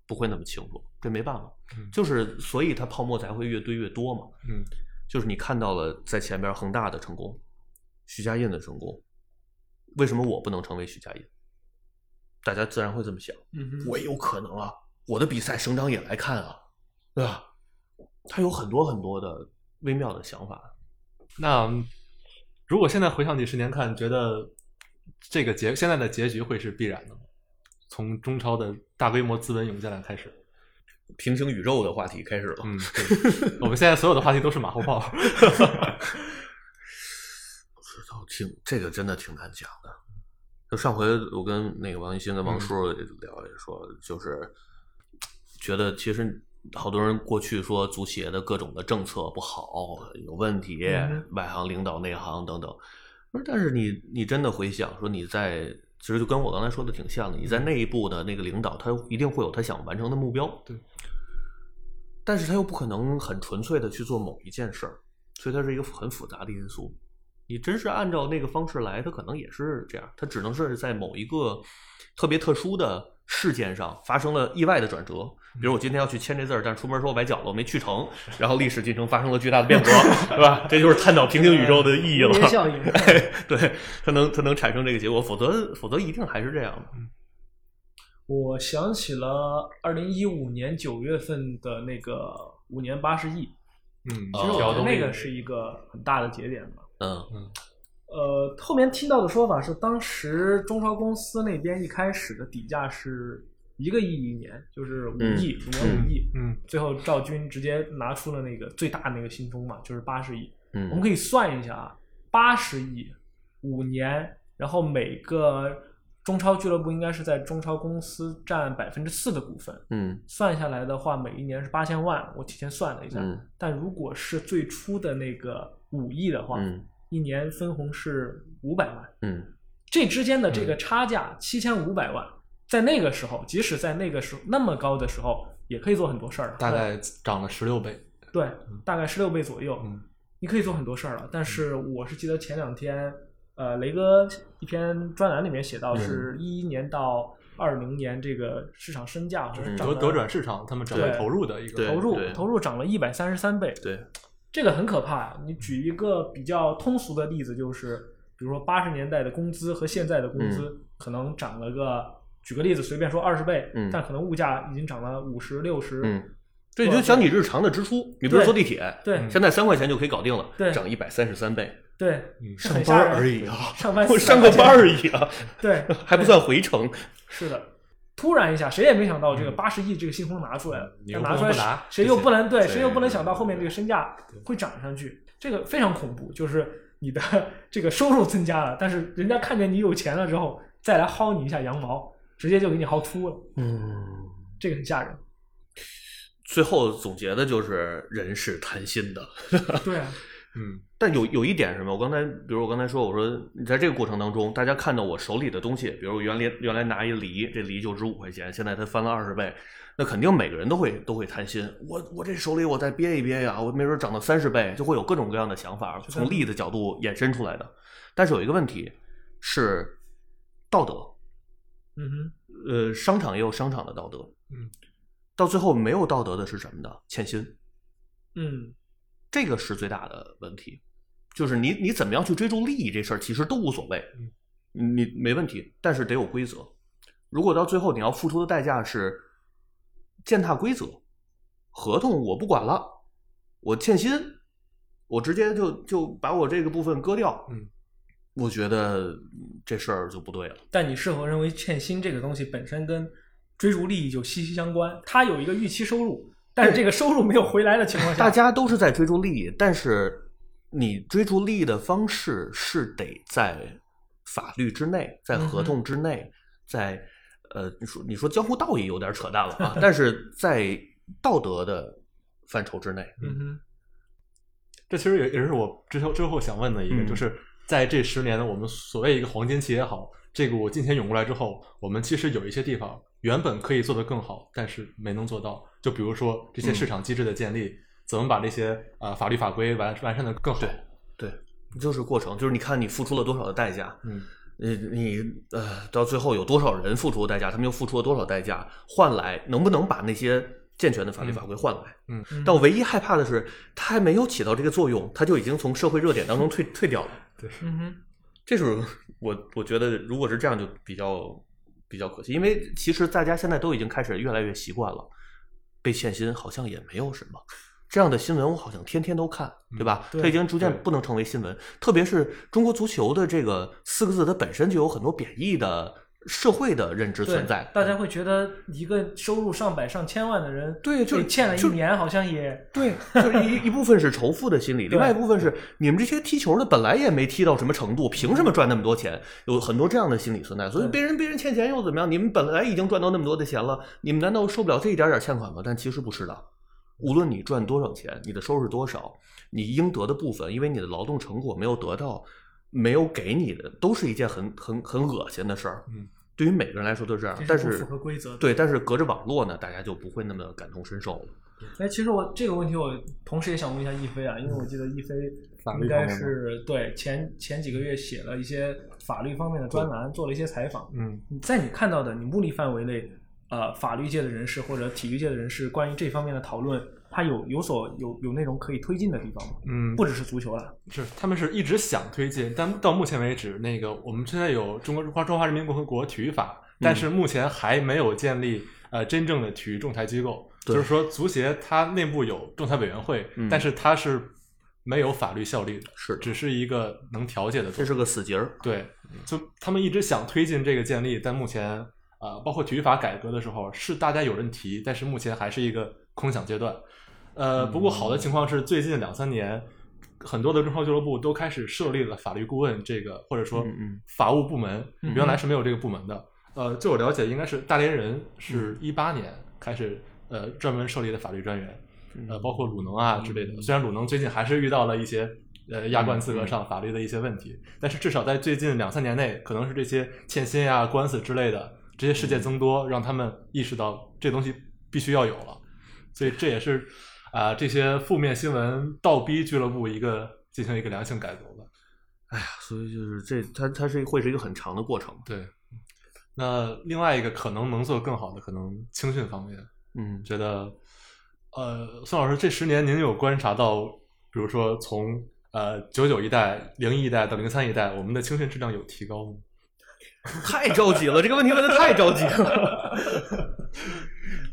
[SPEAKER 2] 不会那么清楚，这没办法，
[SPEAKER 4] 嗯
[SPEAKER 2] 就是所以它泡沫才会越堆越多嘛，
[SPEAKER 4] 嗯
[SPEAKER 2] 就是你看到了在前边恒大的成功，徐家印的成功，为什么我不能成为徐家印？大家自然会这么想，
[SPEAKER 3] 嗯哼，
[SPEAKER 2] 我也有可能啊，我的比赛省长也来看啊，对吧？他有很多很多的微妙的想法，
[SPEAKER 4] 那如果现在回想几十年看，觉得这个结现在的结局会是必然的吗？从中超的大规模资本涌进来开始，
[SPEAKER 2] 平行宇宙的话题开始了。
[SPEAKER 4] 嗯， 对我们现在所有的话题都是马后炮。
[SPEAKER 2] 这倒挺这个真的挺难讲的。就上回我跟那个王一新跟王叔聊也说，就是觉得其实好多人过去说足协的各种的政策不好，有问题，
[SPEAKER 3] 嗯
[SPEAKER 2] 外行领导内行等等。不是，但是你你真的回想说你在，其实就跟我刚才说的挺像的，你在内部的那个领导，他一定会有他想完成的目标，
[SPEAKER 4] 对，
[SPEAKER 2] 但是他又不可能很纯粹的去做某一件事儿，所以它是一个很复杂的因素。你真是按照那个方式来，它可能也是这样，它只能是在某一个特别特殊的事件上发生了意外的转折。比如我今天要去签这字儿，但是出门说我崴脚了，我没去成，然后历史进程发生了巨大的变革，对吧？这就是探讨平行宇宙的意义了。
[SPEAKER 3] 蝴蝶效应
[SPEAKER 2] 对，它能它能产生这个结果，否则否则一定还是这样的。
[SPEAKER 3] 我想起了二零一五年九月份的那个五年八十亿，
[SPEAKER 4] 嗯，
[SPEAKER 2] 哦
[SPEAKER 3] 其实我觉
[SPEAKER 4] 辽
[SPEAKER 3] 得
[SPEAKER 4] 东
[SPEAKER 3] 那个是一个很大的节点吧。
[SPEAKER 2] 嗯
[SPEAKER 3] 呃，后面听到的说法是，当时中超公司那边一开始的底价是一个亿一年，就是五
[SPEAKER 2] 嗯
[SPEAKER 3] 亿，五年五亿。
[SPEAKER 4] 嗯
[SPEAKER 3] 最后赵军直接拿出了那个最大那个新风嘛，就是八十亿。我
[SPEAKER 2] 嗯
[SPEAKER 3] 们可以算一下啊，八十亿，五年，然后每个中超俱乐部应该是在中超公司占百分之四的股份，
[SPEAKER 2] 嗯
[SPEAKER 3] 算下来的话，每一年是八千万。我提前算了一下，
[SPEAKER 2] 嗯
[SPEAKER 3] 但如果是最初的那个五亿的话，
[SPEAKER 2] 嗯
[SPEAKER 3] 一年分红是五百万，
[SPEAKER 2] 嗯
[SPEAKER 3] 这之间的这
[SPEAKER 4] 嗯
[SPEAKER 3] 个差价七千五百万，在那个时候，即使在那个时候那么高的时候，也可以做很多事儿了。
[SPEAKER 4] 大概涨了十六倍。
[SPEAKER 3] 对，大概十六倍左右，
[SPEAKER 4] 嗯
[SPEAKER 3] 你可以做很多事儿了。但是我是记得前两天，呃，雷哥一篇专栏里面写
[SPEAKER 4] 嗯
[SPEAKER 3] 到，是一一年到二零年这个市场身价好像
[SPEAKER 2] 嗯
[SPEAKER 3] 涨
[SPEAKER 4] 德
[SPEAKER 3] 了
[SPEAKER 4] 德转市场，他们转为
[SPEAKER 3] 对
[SPEAKER 4] 投入的一个
[SPEAKER 2] 对
[SPEAKER 3] 投入
[SPEAKER 2] 对
[SPEAKER 3] 投入涨了一百三十三倍，
[SPEAKER 2] 对，
[SPEAKER 3] 这个很可怕呀。你举一个比较通俗的例子，就是比如说八十年代的工资和现在的工资可能涨了个，举个例子随便说二十倍
[SPEAKER 2] 嗯，
[SPEAKER 3] 但可能物价已经涨了五十六
[SPEAKER 2] 嗯
[SPEAKER 3] 十，。
[SPEAKER 2] 对，你就想你日常的支出，你比如
[SPEAKER 3] 对
[SPEAKER 2] 坐地铁，
[SPEAKER 3] 对
[SPEAKER 2] 现在三块钱就可以搞定了，
[SPEAKER 3] 对
[SPEAKER 2] 涨一百三十三倍，
[SPEAKER 3] 对，
[SPEAKER 4] 嗯
[SPEAKER 3] 是很吓人
[SPEAKER 2] 已啊
[SPEAKER 3] 上班
[SPEAKER 2] 我
[SPEAKER 3] 400
[SPEAKER 2] 上个
[SPEAKER 3] 块钱
[SPEAKER 2] 班而已啊，
[SPEAKER 3] 对，
[SPEAKER 2] 还不算回程。
[SPEAKER 3] 是的，突然一下，谁也没想到这个
[SPEAKER 2] 嗯
[SPEAKER 3] 八十亿这个信封拿出来了，
[SPEAKER 4] 你
[SPEAKER 3] 但
[SPEAKER 4] 又
[SPEAKER 3] 拿
[SPEAKER 4] 不
[SPEAKER 3] 出
[SPEAKER 4] 能
[SPEAKER 3] 来
[SPEAKER 4] 不拿
[SPEAKER 3] 谁
[SPEAKER 4] 这
[SPEAKER 3] 又
[SPEAKER 4] 些
[SPEAKER 3] 不能对，
[SPEAKER 2] 对
[SPEAKER 3] 谁又不能想到
[SPEAKER 2] 对
[SPEAKER 3] 后面这个身价会涨上去，这个非常恐怖，就是你的 这个收入增加了，但是人家看见你有钱了之后，再来薅你一下羊毛，直接就给你薅秃了，
[SPEAKER 2] 嗯，
[SPEAKER 3] 这个很 吓人。
[SPEAKER 2] 最后总结的就是人是贪心的，
[SPEAKER 3] 对啊，
[SPEAKER 4] 嗯
[SPEAKER 2] 但有有一点是什么？我刚才，比如我刚才说，我说你在这个过程当中，大家看到我手里的东西，比如我原来原来拿一梨，这梨就值五块钱，现在它翻了二十倍，那肯定每个人都会都会贪心。我我这手里我再憋一憋呀，我没准涨到三十倍，就会有各种各样的想法
[SPEAKER 3] 是的
[SPEAKER 2] 从利的角度衍生出来的。但是有一个问题是道德，
[SPEAKER 3] 嗯哼，嗯
[SPEAKER 2] 呃，商场也有商场的道德，
[SPEAKER 4] 嗯，
[SPEAKER 2] 到最后没有道德的是什么呢？欠薪。
[SPEAKER 3] 嗯
[SPEAKER 2] 这个是最大的问题，就是你你怎么样去追逐利益这事儿，其实都无所谓，
[SPEAKER 4] 嗯
[SPEAKER 2] 你没问题，但是得有规则。如果到最后你要付出的代价是践踏规则，合同我不管了，我欠薪，我直接就就把我这个部分割掉，
[SPEAKER 4] 嗯，
[SPEAKER 2] 我觉得嗯这事儿就不对了。
[SPEAKER 3] 但你是否认为欠薪这个东西本身跟追逐利益就息息相关？它有一个预期收入，但是这个收入没有回来的情况下，
[SPEAKER 2] 大家都是在追逐利益，但是你追逐利益的方式是得在法律之内，在合同之内，在呃，你说你说江湖道义有点扯淡了啊，但是在道德的范畴之内，
[SPEAKER 3] 嗯哼，
[SPEAKER 4] 这其实也也是我之后最后想问的一个，
[SPEAKER 2] 嗯
[SPEAKER 4] 就是在这十年，我们所谓一个黄金期也好，这个我金钱涌过来之后，我们其实有一些地方原本可以做得更好，但是没能做到。就比如说这些市场机制的建立，怎么把这些呃法律法规完完善的更好？
[SPEAKER 2] 对，就是过程，就是你看你付出了多少的代价，
[SPEAKER 4] 嗯，
[SPEAKER 2] 你你呃，到最后有多少人付出了代价，他们又付出了多少代价，换来能不能把那些健全的法律法规换来？
[SPEAKER 3] 嗯
[SPEAKER 2] 但我唯一害怕的是，它还没有起到这个作用，它就已经从社会热点当中退退掉了。
[SPEAKER 3] 嗯哼，
[SPEAKER 2] 这是我我觉得，如果是这样，就比较比较可惜，因为其实大家现在都已经开始越来越习惯了，被欠薪好像也没有什么。这样的新闻我好像天天都看，对吧？
[SPEAKER 3] 嗯对
[SPEAKER 2] 它已经逐渐
[SPEAKER 4] 对
[SPEAKER 2] 不能成为新闻，特别是中国足球的这个四个字，它本身就有很多贬义的社会的认知
[SPEAKER 3] 对
[SPEAKER 2] 存在，，嗯
[SPEAKER 3] 大家会觉得一个收入上百上千万的人，
[SPEAKER 2] 对就是
[SPEAKER 3] 被欠了一
[SPEAKER 2] 就是
[SPEAKER 3] 年，好像也
[SPEAKER 2] 对， 就是一一部分是仇富的心理，另外一部分是你们这些踢球的本来也没踢到什么程度，凭什么赚那么多钱？有很多这样的心理存在，所以
[SPEAKER 3] 对
[SPEAKER 2] 别人别人欠钱又怎么样？你们本来已经赚到那么多的钱了，你们难道受不了这一点点欠款吗？但其实不是的，无论你赚多少钱，你的收入是多少，你应得的部分，因为你的劳动成果没有得到，没有给你的，都是一件很很很恶心的事儿。
[SPEAKER 4] 嗯，
[SPEAKER 2] 对于每个人来说都是这样，
[SPEAKER 3] 这
[SPEAKER 2] 啊但
[SPEAKER 3] 是不
[SPEAKER 2] 是
[SPEAKER 3] 符合规则的。
[SPEAKER 2] 对，但是隔着网络呢，大家就不会那么感同身受了。
[SPEAKER 3] 哎，其实我这个问题，我同时也想问一下一飞啊，因为我记得一飞
[SPEAKER 4] 法
[SPEAKER 3] 应
[SPEAKER 4] 律方
[SPEAKER 3] 该
[SPEAKER 4] 面吗
[SPEAKER 3] 是对前前几个月写了一些法律方面的专栏，做了一些采访。
[SPEAKER 4] 嗯，
[SPEAKER 3] 你在你看到的你目力范围内，呃，法律界的人士或者体育界的人士关于这方面的讨论，它有有所有有那种可以推进的地方吗？
[SPEAKER 4] 嗯，
[SPEAKER 3] 不只是足球了，
[SPEAKER 4] 是，他们是一直想推进，但到目前为止，那个我们现在有中国中华中华人民共和国体育法，但
[SPEAKER 2] 嗯
[SPEAKER 4] 是目前还没有建立呃真正的体育仲裁机构，就
[SPEAKER 2] 对
[SPEAKER 4] 是说足协它内部有仲裁委员会，
[SPEAKER 2] 嗯
[SPEAKER 4] 但是它是没有法律效力的，
[SPEAKER 2] 是的
[SPEAKER 4] 只是一个能调解的
[SPEAKER 2] 这
[SPEAKER 4] 作用。
[SPEAKER 2] 是个死结儿。
[SPEAKER 4] 对，就他们一直想推进这个建立，但目前呃，包括体育法改革的时候，是大家有人提，但是目前还是一个空想阶段。呃，不过好的情况是，最近两三年，很多的中超俱乐部都开始设立了法律顾问这个，或者说
[SPEAKER 2] 嗯嗯
[SPEAKER 4] 法务部门，
[SPEAKER 3] 嗯
[SPEAKER 4] 原来是没有这个部门的。呃，据我了解，应该是大连人是一八年开始呃专门设立的法律专员，呃，包括鲁能啊之类的。虽然鲁能最近还是遇到了一些呃亚冠资格上法律的一些问题，但是至少在最近两三年内，可能是这些欠薪啊、官司之类的这些事件增多，让他们意识到这东西必须要有了。所以这也是啊、这些负面新闻倒逼俱乐部一个进行一个良性改革吧。
[SPEAKER 2] 哎所以就是这，它它是会是一个很长的过程。
[SPEAKER 4] 对，那另外一个可能能做更好的，可能青训方面，
[SPEAKER 2] 嗯，
[SPEAKER 4] 觉得，呃，宋老师这十年您有观察到，比如说从呃九九一代、零一代到零三一代，我们的青训质量有提高吗？
[SPEAKER 2] 太着急了，这个问题问的太着急了。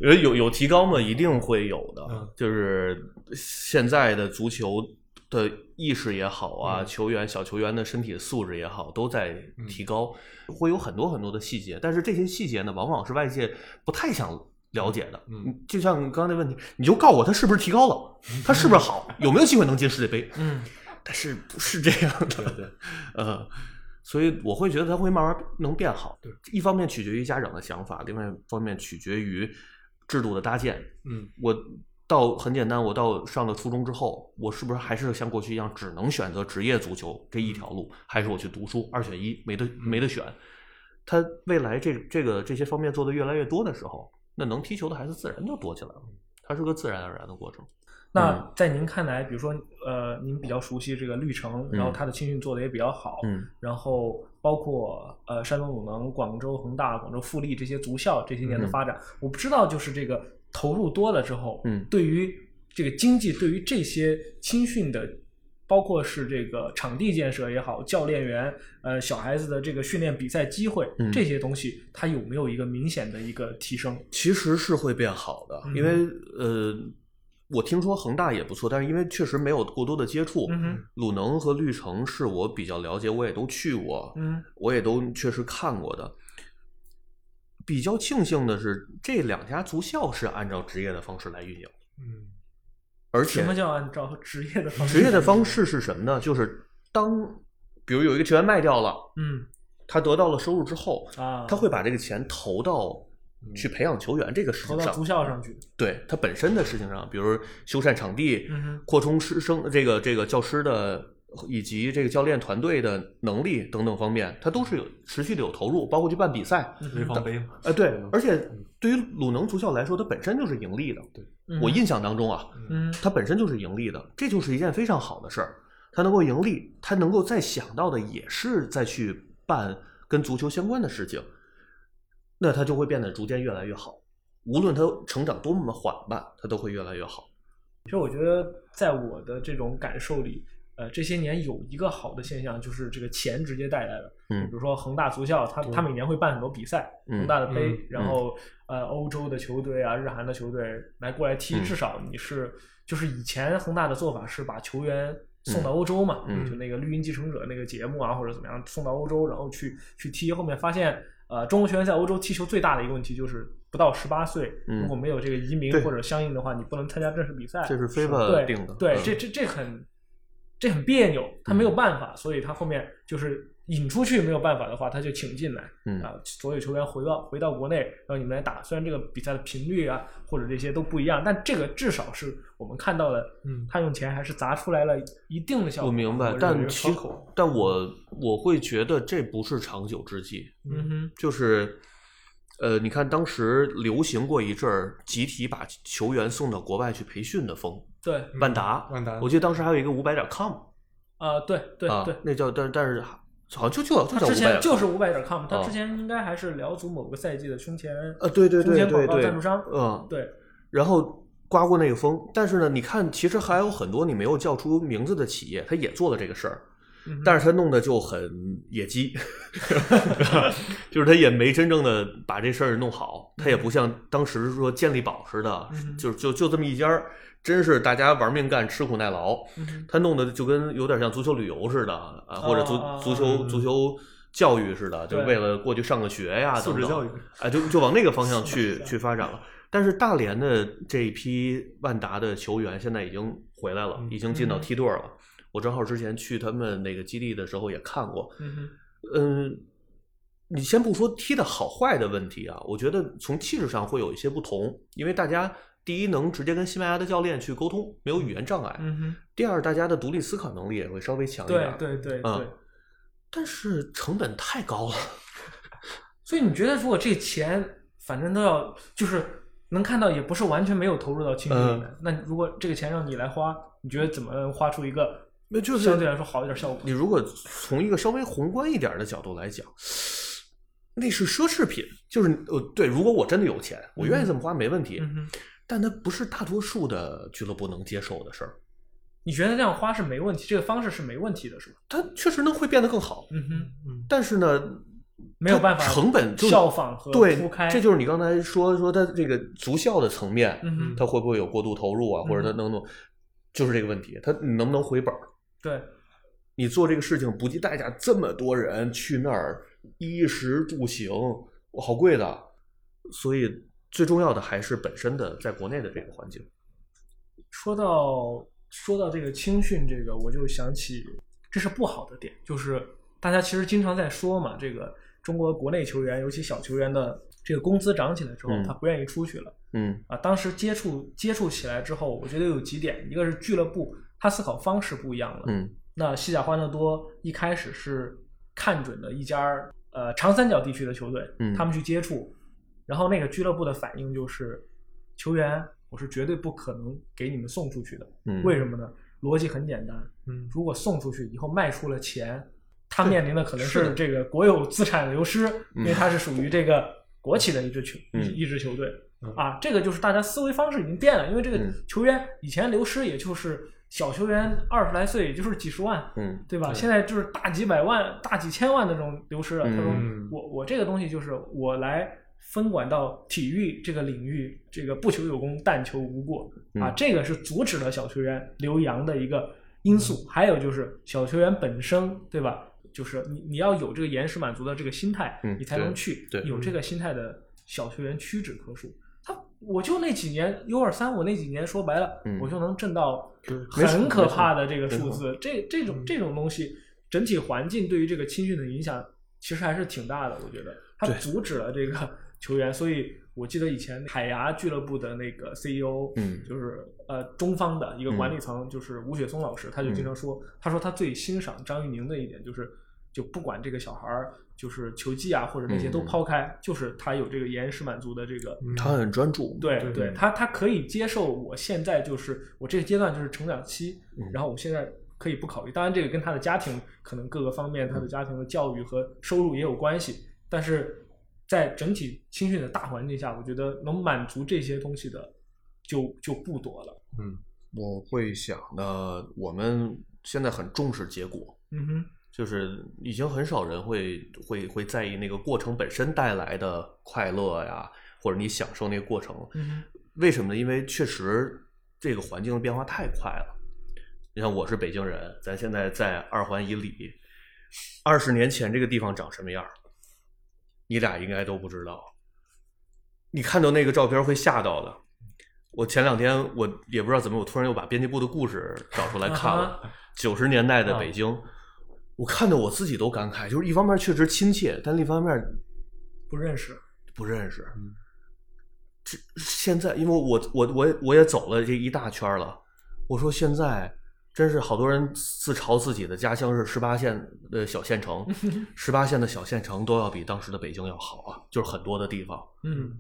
[SPEAKER 2] 呃，有有提高吗？一定会有的。
[SPEAKER 4] 嗯
[SPEAKER 2] 就是现在的足球的意识也好啊，
[SPEAKER 4] 嗯
[SPEAKER 2] 球员小球员的身体素质也好，都在提高，会有很多很多的细节。但是这些细节呢，往往是外界不太想了解的。
[SPEAKER 4] 嗯，
[SPEAKER 2] 就像刚刚那问题，你就告我他是不是提高了，他是不是好，有没有机会能进世界杯？
[SPEAKER 3] 嗯，
[SPEAKER 2] 但是不是这样的？对对，呃，所以我会觉得它会慢慢能变好。
[SPEAKER 4] 对，
[SPEAKER 2] 一方面取决于家长的想法，另外一方面取决于制度的搭建。
[SPEAKER 4] 嗯
[SPEAKER 2] 我到很简单，我到上了初中之后，我是不是还是像过去一样，只能选择职业足球这一条路，还是我去读书？二选一，没得没得选。他未来这这个这些方面做的越来越多的时候，那能踢球的孩子自然就多起来了。它是个自然而然的过程。
[SPEAKER 3] 那
[SPEAKER 2] 嗯
[SPEAKER 3] 在您看来，比如说，呃，您比较熟悉这个绿城，然后他的青训做的也比较好，
[SPEAKER 2] 嗯
[SPEAKER 3] 然后包括呃山东鲁能、广州恒大、广州富力这些足校这些年的发展，我不知道就是这个投入多了之后，
[SPEAKER 2] 嗯
[SPEAKER 3] 对于这个经济，对于这些青训的，包括是这个场地建设也好，教练员，呃，小孩子的这个训练比赛机会、
[SPEAKER 2] 嗯
[SPEAKER 3] 这些东西，它有没有一个明显的一个提升？
[SPEAKER 2] 其实是会变好的，因为呃，我听说恒大也不错，但是因为确实没有过多的接触，
[SPEAKER 3] 嗯哼，
[SPEAKER 2] 鲁能和绿城是我比较了解，我也都去过，
[SPEAKER 3] 嗯
[SPEAKER 2] 我也都确实看过的。比较庆幸的是，这两家足校是按照职业的方式来运营，
[SPEAKER 4] 嗯，
[SPEAKER 2] 而
[SPEAKER 3] 什
[SPEAKER 2] 且
[SPEAKER 3] 么叫按照职业的方式？
[SPEAKER 2] 职业的方，式是什么呢？就是当比如有一个球员卖掉了，
[SPEAKER 3] 嗯
[SPEAKER 2] 他得到了收入之后，
[SPEAKER 3] 啊，
[SPEAKER 2] 他会把这个钱投到去培养球员这个事
[SPEAKER 3] 嗯投
[SPEAKER 2] 情上
[SPEAKER 3] 到足，校上去。
[SPEAKER 2] 对他本身的事情上，比如修缮场地、
[SPEAKER 3] 嗯哼
[SPEAKER 2] 扩充师生这个这个教师的以及这个教练团队的能力等等方面，他都是有持续的有投入，包括去办比赛。
[SPEAKER 4] 潍坊杯嘛，
[SPEAKER 2] 呃，对，而且对于鲁能足校来说，它本身就是盈利的。
[SPEAKER 3] 嗯
[SPEAKER 2] 我印象当中啊，
[SPEAKER 3] 嗯
[SPEAKER 2] 它本身就是盈利的，这就是一件非常好的事儿。它能够盈利，它能够再想到的也是再去办跟足球相关的事情，那它就会变得逐渐越来越好。无论它成长多么缓慢，它都会越来越好。
[SPEAKER 3] 其实我觉得，在我的这种感受里，呃，这些年有一个好的现象，就是这个钱直接带来的。
[SPEAKER 2] 嗯
[SPEAKER 3] 比如说恒大足校，它它每年会办很多比赛，
[SPEAKER 2] 嗯
[SPEAKER 3] 恒大的杯，
[SPEAKER 4] 嗯
[SPEAKER 3] 然后呃，欧洲的球队啊，日韩的球队来过来踢，
[SPEAKER 2] 嗯
[SPEAKER 3] 至少你是就是以前恒大的做法是把球员。送到欧洲嘛，
[SPEAKER 2] 嗯
[SPEAKER 3] 就那个《绿茵继承者》那个节目啊，或者怎么样，送到欧洲，然后去去踢。后面发现，呃，中国球员在欧洲踢球最大的一个问题就是不到十八岁，
[SPEAKER 2] 嗯
[SPEAKER 3] 如果没有这个移民
[SPEAKER 2] 对
[SPEAKER 3] 或者相应的话，你不能参加正式比赛。
[SPEAKER 2] 这是 FIFA
[SPEAKER 3] 哎对
[SPEAKER 2] 定的
[SPEAKER 3] 对
[SPEAKER 2] 嗯，
[SPEAKER 3] 这这这很这很别扭，他没有办法，所以他后面就是引出去没有办法的话，他就请进来，
[SPEAKER 2] 嗯
[SPEAKER 3] 啊，所有球员回到回到国内，让你们来打。虽然这个比赛的频率啊或者这些都不一样，但这个至少是我们看到了，
[SPEAKER 4] 嗯
[SPEAKER 3] 他用钱还是砸出来了一定的效果。
[SPEAKER 2] 我明
[SPEAKER 3] 我
[SPEAKER 2] 白
[SPEAKER 3] 认，为
[SPEAKER 2] 但
[SPEAKER 3] 是
[SPEAKER 2] 其
[SPEAKER 3] 窗口
[SPEAKER 2] 但我我会觉得这不是长久之计，
[SPEAKER 3] 嗯哼，
[SPEAKER 2] 就是，呃，你看当时流行过一阵儿集体把球员送到国外去培训的风，
[SPEAKER 3] 对，
[SPEAKER 2] 万达，
[SPEAKER 4] 万达
[SPEAKER 2] 我记得当时还有一个五百点 com
[SPEAKER 3] 啊、对嗯对
[SPEAKER 2] 啊
[SPEAKER 3] 对，，
[SPEAKER 2] 那叫但但是好像就就
[SPEAKER 3] 他
[SPEAKER 2] 就叫
[SPEAKER 3] 之
[SPEAKER 2] 五百
[SPEAKER 3] 前就是五百点 com，他
[SPEAKER 2] 啊
[SPEAKER 3] 之前应该还是辽足某个赛季的胸前
[SPEAKER 2] 呃，对对
[SPEAKER 3] 中
[SPEAKER 2] 对
[SPEAKER 3] 间广
[SPEAKER 2] 对
[SPEAKER 3] 告
[SPEAKER 2] 对，
[SPEAKER 3] 赞助商
[SPEAKER 2] 嗯，
[SPEAKER 3] 对，
[SPEAKER 2] 然后刮过那个风，但是呢，你看其实还有很多你没有叫出名字的企业，他也做了这个事儿，
[SPEAKER 3] 嗯哼
[SPEAKER 2] 但是他弄得就很野鸡， 就是他也没真正的把这事儿弄好，他也不像当时说健力宝似的，
[SPEAKER 3] 嗯哼
[SPEAKER 2] 就就就这么一家儿，真是大家玩命干，吃苦耐劳。
[SPEAKER 3] 嗯哼
[SPEAKER 2] 他弄得就跟有点像足球旅游似的啊，或者足
[SPEAKER 4] 哦
[SPEAKER 3] 啊啊啊
[SPEAKER 2] 足球
[SPEAKER 4] 嗯
[SPEAKER 2] 足球教育似的，就
[SPEAKER 3] 对
[SPEAKER 2] 为了过去上个学呀，
[SPEAKER 4] 素质
[SPEAKER 2] 等等
[SPEAKER 4] 教育，
[SPEAKER 2] 哎，就就往那个方向去
[SPEAKER 3] 是
[SPEAKER 2] 去发展了。但是大连的这一批万达的球员现在已经回来了，
[SPEAKER 4] 嗯
[SPEAKER 2] 已经进到
[SPEAKER 3] 嗯
[SPEAKER 2] 梯队了。我正好之前去他们那个基地的时候也看过，
[SPEAKER 3] 嗯哼。
[SPEAKER 2] 嗯，你先不说踢的好坏的问题啊，我觉得从气质上会有一些不同，因为大家第一能直接跟西班牙的教练去沟通，没有语言障碍；
[SPEAKER 3] 嗯哼
[SPEAKER 2] 第二，大家的独立思考能力也会稍微哎强一
[SPEAKER 3] 对
[SPEAKER 2] 点。，
[SPEAKER 3] 对对对、
[SPEAKER 2] 嗯但是成本太高了。
[SPEAKER 3] 所以你觉得如果这钱反正都要就是能看到，也不是完全没有投入到青训
[SPEAKER 2] 嗯
[SPEAKER 3] 里面、那如果这个钱让你来花，你觉得怎么花出一个
[SPEAKER 2] 那就是
[SPEAKER 3] 相对来说好一点效果？
[SPEAKER 2] 你如果从一个稍微宏观一点的角度来讲，那是奢侈品，就是呃，对，如果我真的有钱，我愿意这么花没问题，
[SPEAKER 3] 嗯哼，
[SPEAKER 2] 但它不是大多数的俱乐部能接受的事儿。
[SPEAKER 3] 你觉得这样花是没问题，这个方式是没问题的，是吧？
[SPEAKER 2] 它确实能会变得更好，
[SPEAKER 3] 嗯哼，
[SPEAKER 2] 但是呢，
[SPEAKER 3] 没有
[SPEAKER 2] 它
[SPEAKER 3] 办法
[SPEAKER 2] 成本就
[SPEAKER 3] 效仿和
[SPEAKER 2] 嗯对
[SPEAKER 3] 铺开，
[SPEAKER 2] 这就是你刚才说说它这个足校的层面，
[SPEAKER 3] 嗯哼，
[SPEAKER 2] 它会不会有过度投入啊，或者它能不能，就是这个问题，它你能不能回本儿？
[SPEAKER 3] 对，
[SPEAKER 2] 你做这个事情不计代价，这么多人去那儿，衣食住行，哇好贵的。所以最重要的还是本身的在国内的这个环境。
[SPEAKER 3] 说到说到这个青训这个，我就想起这是不好的点，就是大家其实经常在说嘛，这个中国国内球员，尤其小球员的这个工资涨起来之后，
[SPEAKER 2] 嗯
[SPEAKER 3] 他不愿意出去了
[SPEAKER 2] 嗯
[SPEAKER 3] 啊。当时接触接触起来之后，我觉得有几点，一个是俱乐部他思考方式不一样了。
[SPEAKER 2] 嗯
[SPEAKER 3] 那西甲欢乐多一开始是看准了一家儿呃长三角地区的球队，
[SPEAKER 2] 嗯
[SPEAKER 3] 他们去接触，然后那个俱乐部的反应就是，球员我是绝对不可能给你们送出去的，
[SPEAKER 2] 嗯
[SPEAKER 3] 为什么呢？逻辑很简单，
[SPEAKER 4] 嗯
[SPEAKER 3] 如果送出去以后卖出了钱，他面临的可能
[SPEAKER 2] 是
[SPEAKER 3] 是
[SPEAKER 2] 的
[SPEAKER 3] 这个国有资产流失，因为
[SPEAKER 2] 嗯
[SPEAKER 3] 他是属于这个国企的一支球、
[SPEAKER 2] 嗯
[SPEAKER 3] 一一支球队，
[SPEAKER 4] 嗯
[SPEAKER 3] 啊，这个就是大家思维方式已经变了，因为这个
[SPEAKER 2] 嗯
[SPEAKER 3] 球员以前流失也就是小球员二十来岁，也就是几十万，
[SPEAKER 2] 嗯
[SPEAKER 3] 对吧？
[SPEAKER 4] 对
[SPEAKER 3] 现在就是大几百万、大几千万的这种流失了。他说
[SPEAKER 4] 嗯
[SPEAKER 3] 我我这个东西就是我来分管到体育这个领域，这个不求有功，但求无过啊，
[SPEAKER 2] 嗯
[SPEAKER 3] 这个是阻止了小球员留洋的一个因素。还有就是小球员本身，对吧？就是你你要有这个延时满足的这个心态，
[SPEAKER 2] 嗯
[SPEAKER 3] 你才能
[SPEAKER 2] 对
[SPEAKER 3] 去
[SPEAKER 2] 对
[SPEAKER 3] 有这个心态的小球员屈指可数。他我就那几年 U 二三，我那几年说白了，
[SPEAKER 2] 嗯
[SPEAKER 3] 我就能挣到
[SPEAKER 2] 没错
[SPEAKER 3] 很可
[SPEAKER 2] 没错
[SPEAKER 3] 怕的这个数
[SPEAKER 2] 没错嗯
[SPEAKER 3] 字。这这种这种东西，整体环境对于这个青训的影响其实还是挺大的，我觉得它
[SPEAKER 2] 对
[SPEAKER 3] 阻止了这个 球员。所以我记得以前海牙俱乐部的那个 CEO，
[SPEAKER 2] 嗯
[SPEAKER 3] 就是呃中方的一个管理层，就是吴雪松老师，
[SPEAKER 2] 嗯
[SPEAKER 3] 他就经常说，他说他最欣赏张玉宁的一点就是，就不管这个小孩儿。就是球技啊，或者那些都
[SPEAKER 2] 嗯嗯嗯
[SPEAKER 3] 抛开，就是他有这个延时满足的这个
[SPEAKER 2] 他很专注，
[SPEAKER 3] 对
[SPEAKER 4] 对
[SPEAKER 3] 对，
[SPEAKER 2] 嗯
[SPEAKER 3] 他他可以接受我现在就是我这个阶段就是成长期，
[SPEAKER 2] 嗯
[SPEAKER 3] 然后我现在可以不考虑。当然，这个跟他的家庭可能各个方面，他
[SPEAKER 2] 嗯
[SPEAKER 3] 的家庭的教育和收入也有关系。但是在整体青训的大环境下，我觉得能满足这些东西的就就不多了。
[SPEAKER 2] 我会想的，我们现在很重视结果，
[SPEAKER 3] 嗯哼，
[SPEAKER 2] 就是已经很少人会会会在意那个过程本身带来的快乐呀，或者你享受那个过程。
[SPEAKER 3] 嗯哼，
[SPEAKER 2] 为什么呢？因为确实这个环境的变化太快了。你像我是北京人，咱现在在二环以里，二十年前这个地方长什么样儿，你俩应该都不知道。你看到那个照片会吓到的。我前两天我也不知道怎么，我突然又把编辑部的故事找出来看了。九十年代的北京，我看的我自己都感慨，就是一方面确实亲切，但另一方面
[SPEAKER 3] 不认识。
[SPEAKER 2] 不认识
[SPEAKER 4] 嗯。
[SPEAKER 2] 这现在，因为我我我也我也走了这一大圈儿了，我说现在真是好多人自嘲自己的家乡是十八线的小县 城，十八线的小县城都要比当时的北京要好啊，就是很多的地方，
[SPEAKER 3] 嗯，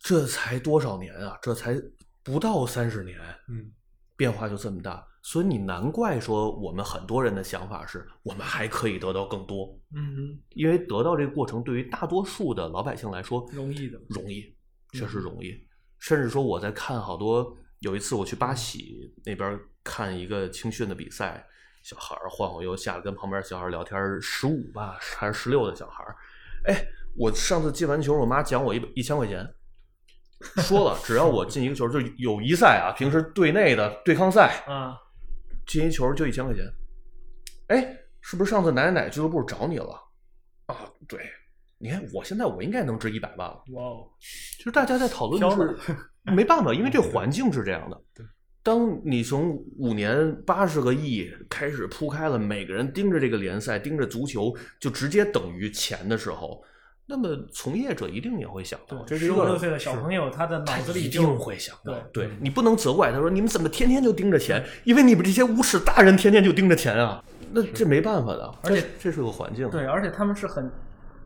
[SPEAKER 2] 这才多少年啊，这才不到三十年，
[SPEAKER 4] 嗯，
[SPEAKER 2] 变化就这么大，所以你难怪说我们很多人的想法是我们还可以得到更多，
[SPEAKER 3] 嗯哼，
[SPEAKER 2] 因为得到这个过程对于大多数的老百姓来说
[SPEAKER 3] 容易的。嗯
[SPEAKER 2] 容易，确实容易。甚至说我在看好多，有一次我去巴西那边看一个青训的比赛，小孩儿晃晃悠悠下来跟旁边小孩儿聊天，十五吧还是十六的小孩儿，哎，我上次进完球，我妈奖我一一千块钱。说了，只要我进一个球，就友谊赛啊，平时队内的对抗赛，
[SPEAKER 3] 啊，
[SPEAKER 2] 进一球就一千块钱。哎，是不是上次奶奶奶俱乐部找你了？啊，对，你看我现在我应该能值一百万了。
[SPEAKER 3] 哇哦，
[SPEAKER 2] 就是大家在讨论
[SPEAKER 3] 飘
[SPEAKER 2] 的
[SPEAKER 3] 了嗯
[SPEAKER 2] 是 没办法，因为这环境是这样的
[SPEAKER 4] 对。
[SPEAKER 2] 当你从五年八十个亿开始铺开了，每个人盯着这个联赛、盯着足球，就直接等于钱的时候，那么从业者一定也会想到，啊这
[SPEAKER 3] 对，
[SPEAKER 2] 是
[SPEAKER 3] 十
[SPEAKER 2] 一
[SPEAKER 3] 五六
[SPEAKER 2] 个
[SPEAKER 3] 岁的小朋友，他的脑
[SPEAKER 2] 他
[SPEAKER 3] 子
[SPEAKER 2] 一
[SPEAKER 3] 里
[SPEAKER 2] 定
[SPEAKER 3] 就
[SPEAKER 2] 会想到，
[SPEAKER 3] 对嗯
[SPEAKER 2] 对你不能责怪他说你们怎么天天就盯着钱，因为你们这些无耻大人天天就盯着钱啊，那这没办法的，
[SPEAKER 3] 而且
[SPEAKER 2] 这是个环境，
[SPEAKER 3] 对，而且他们是很，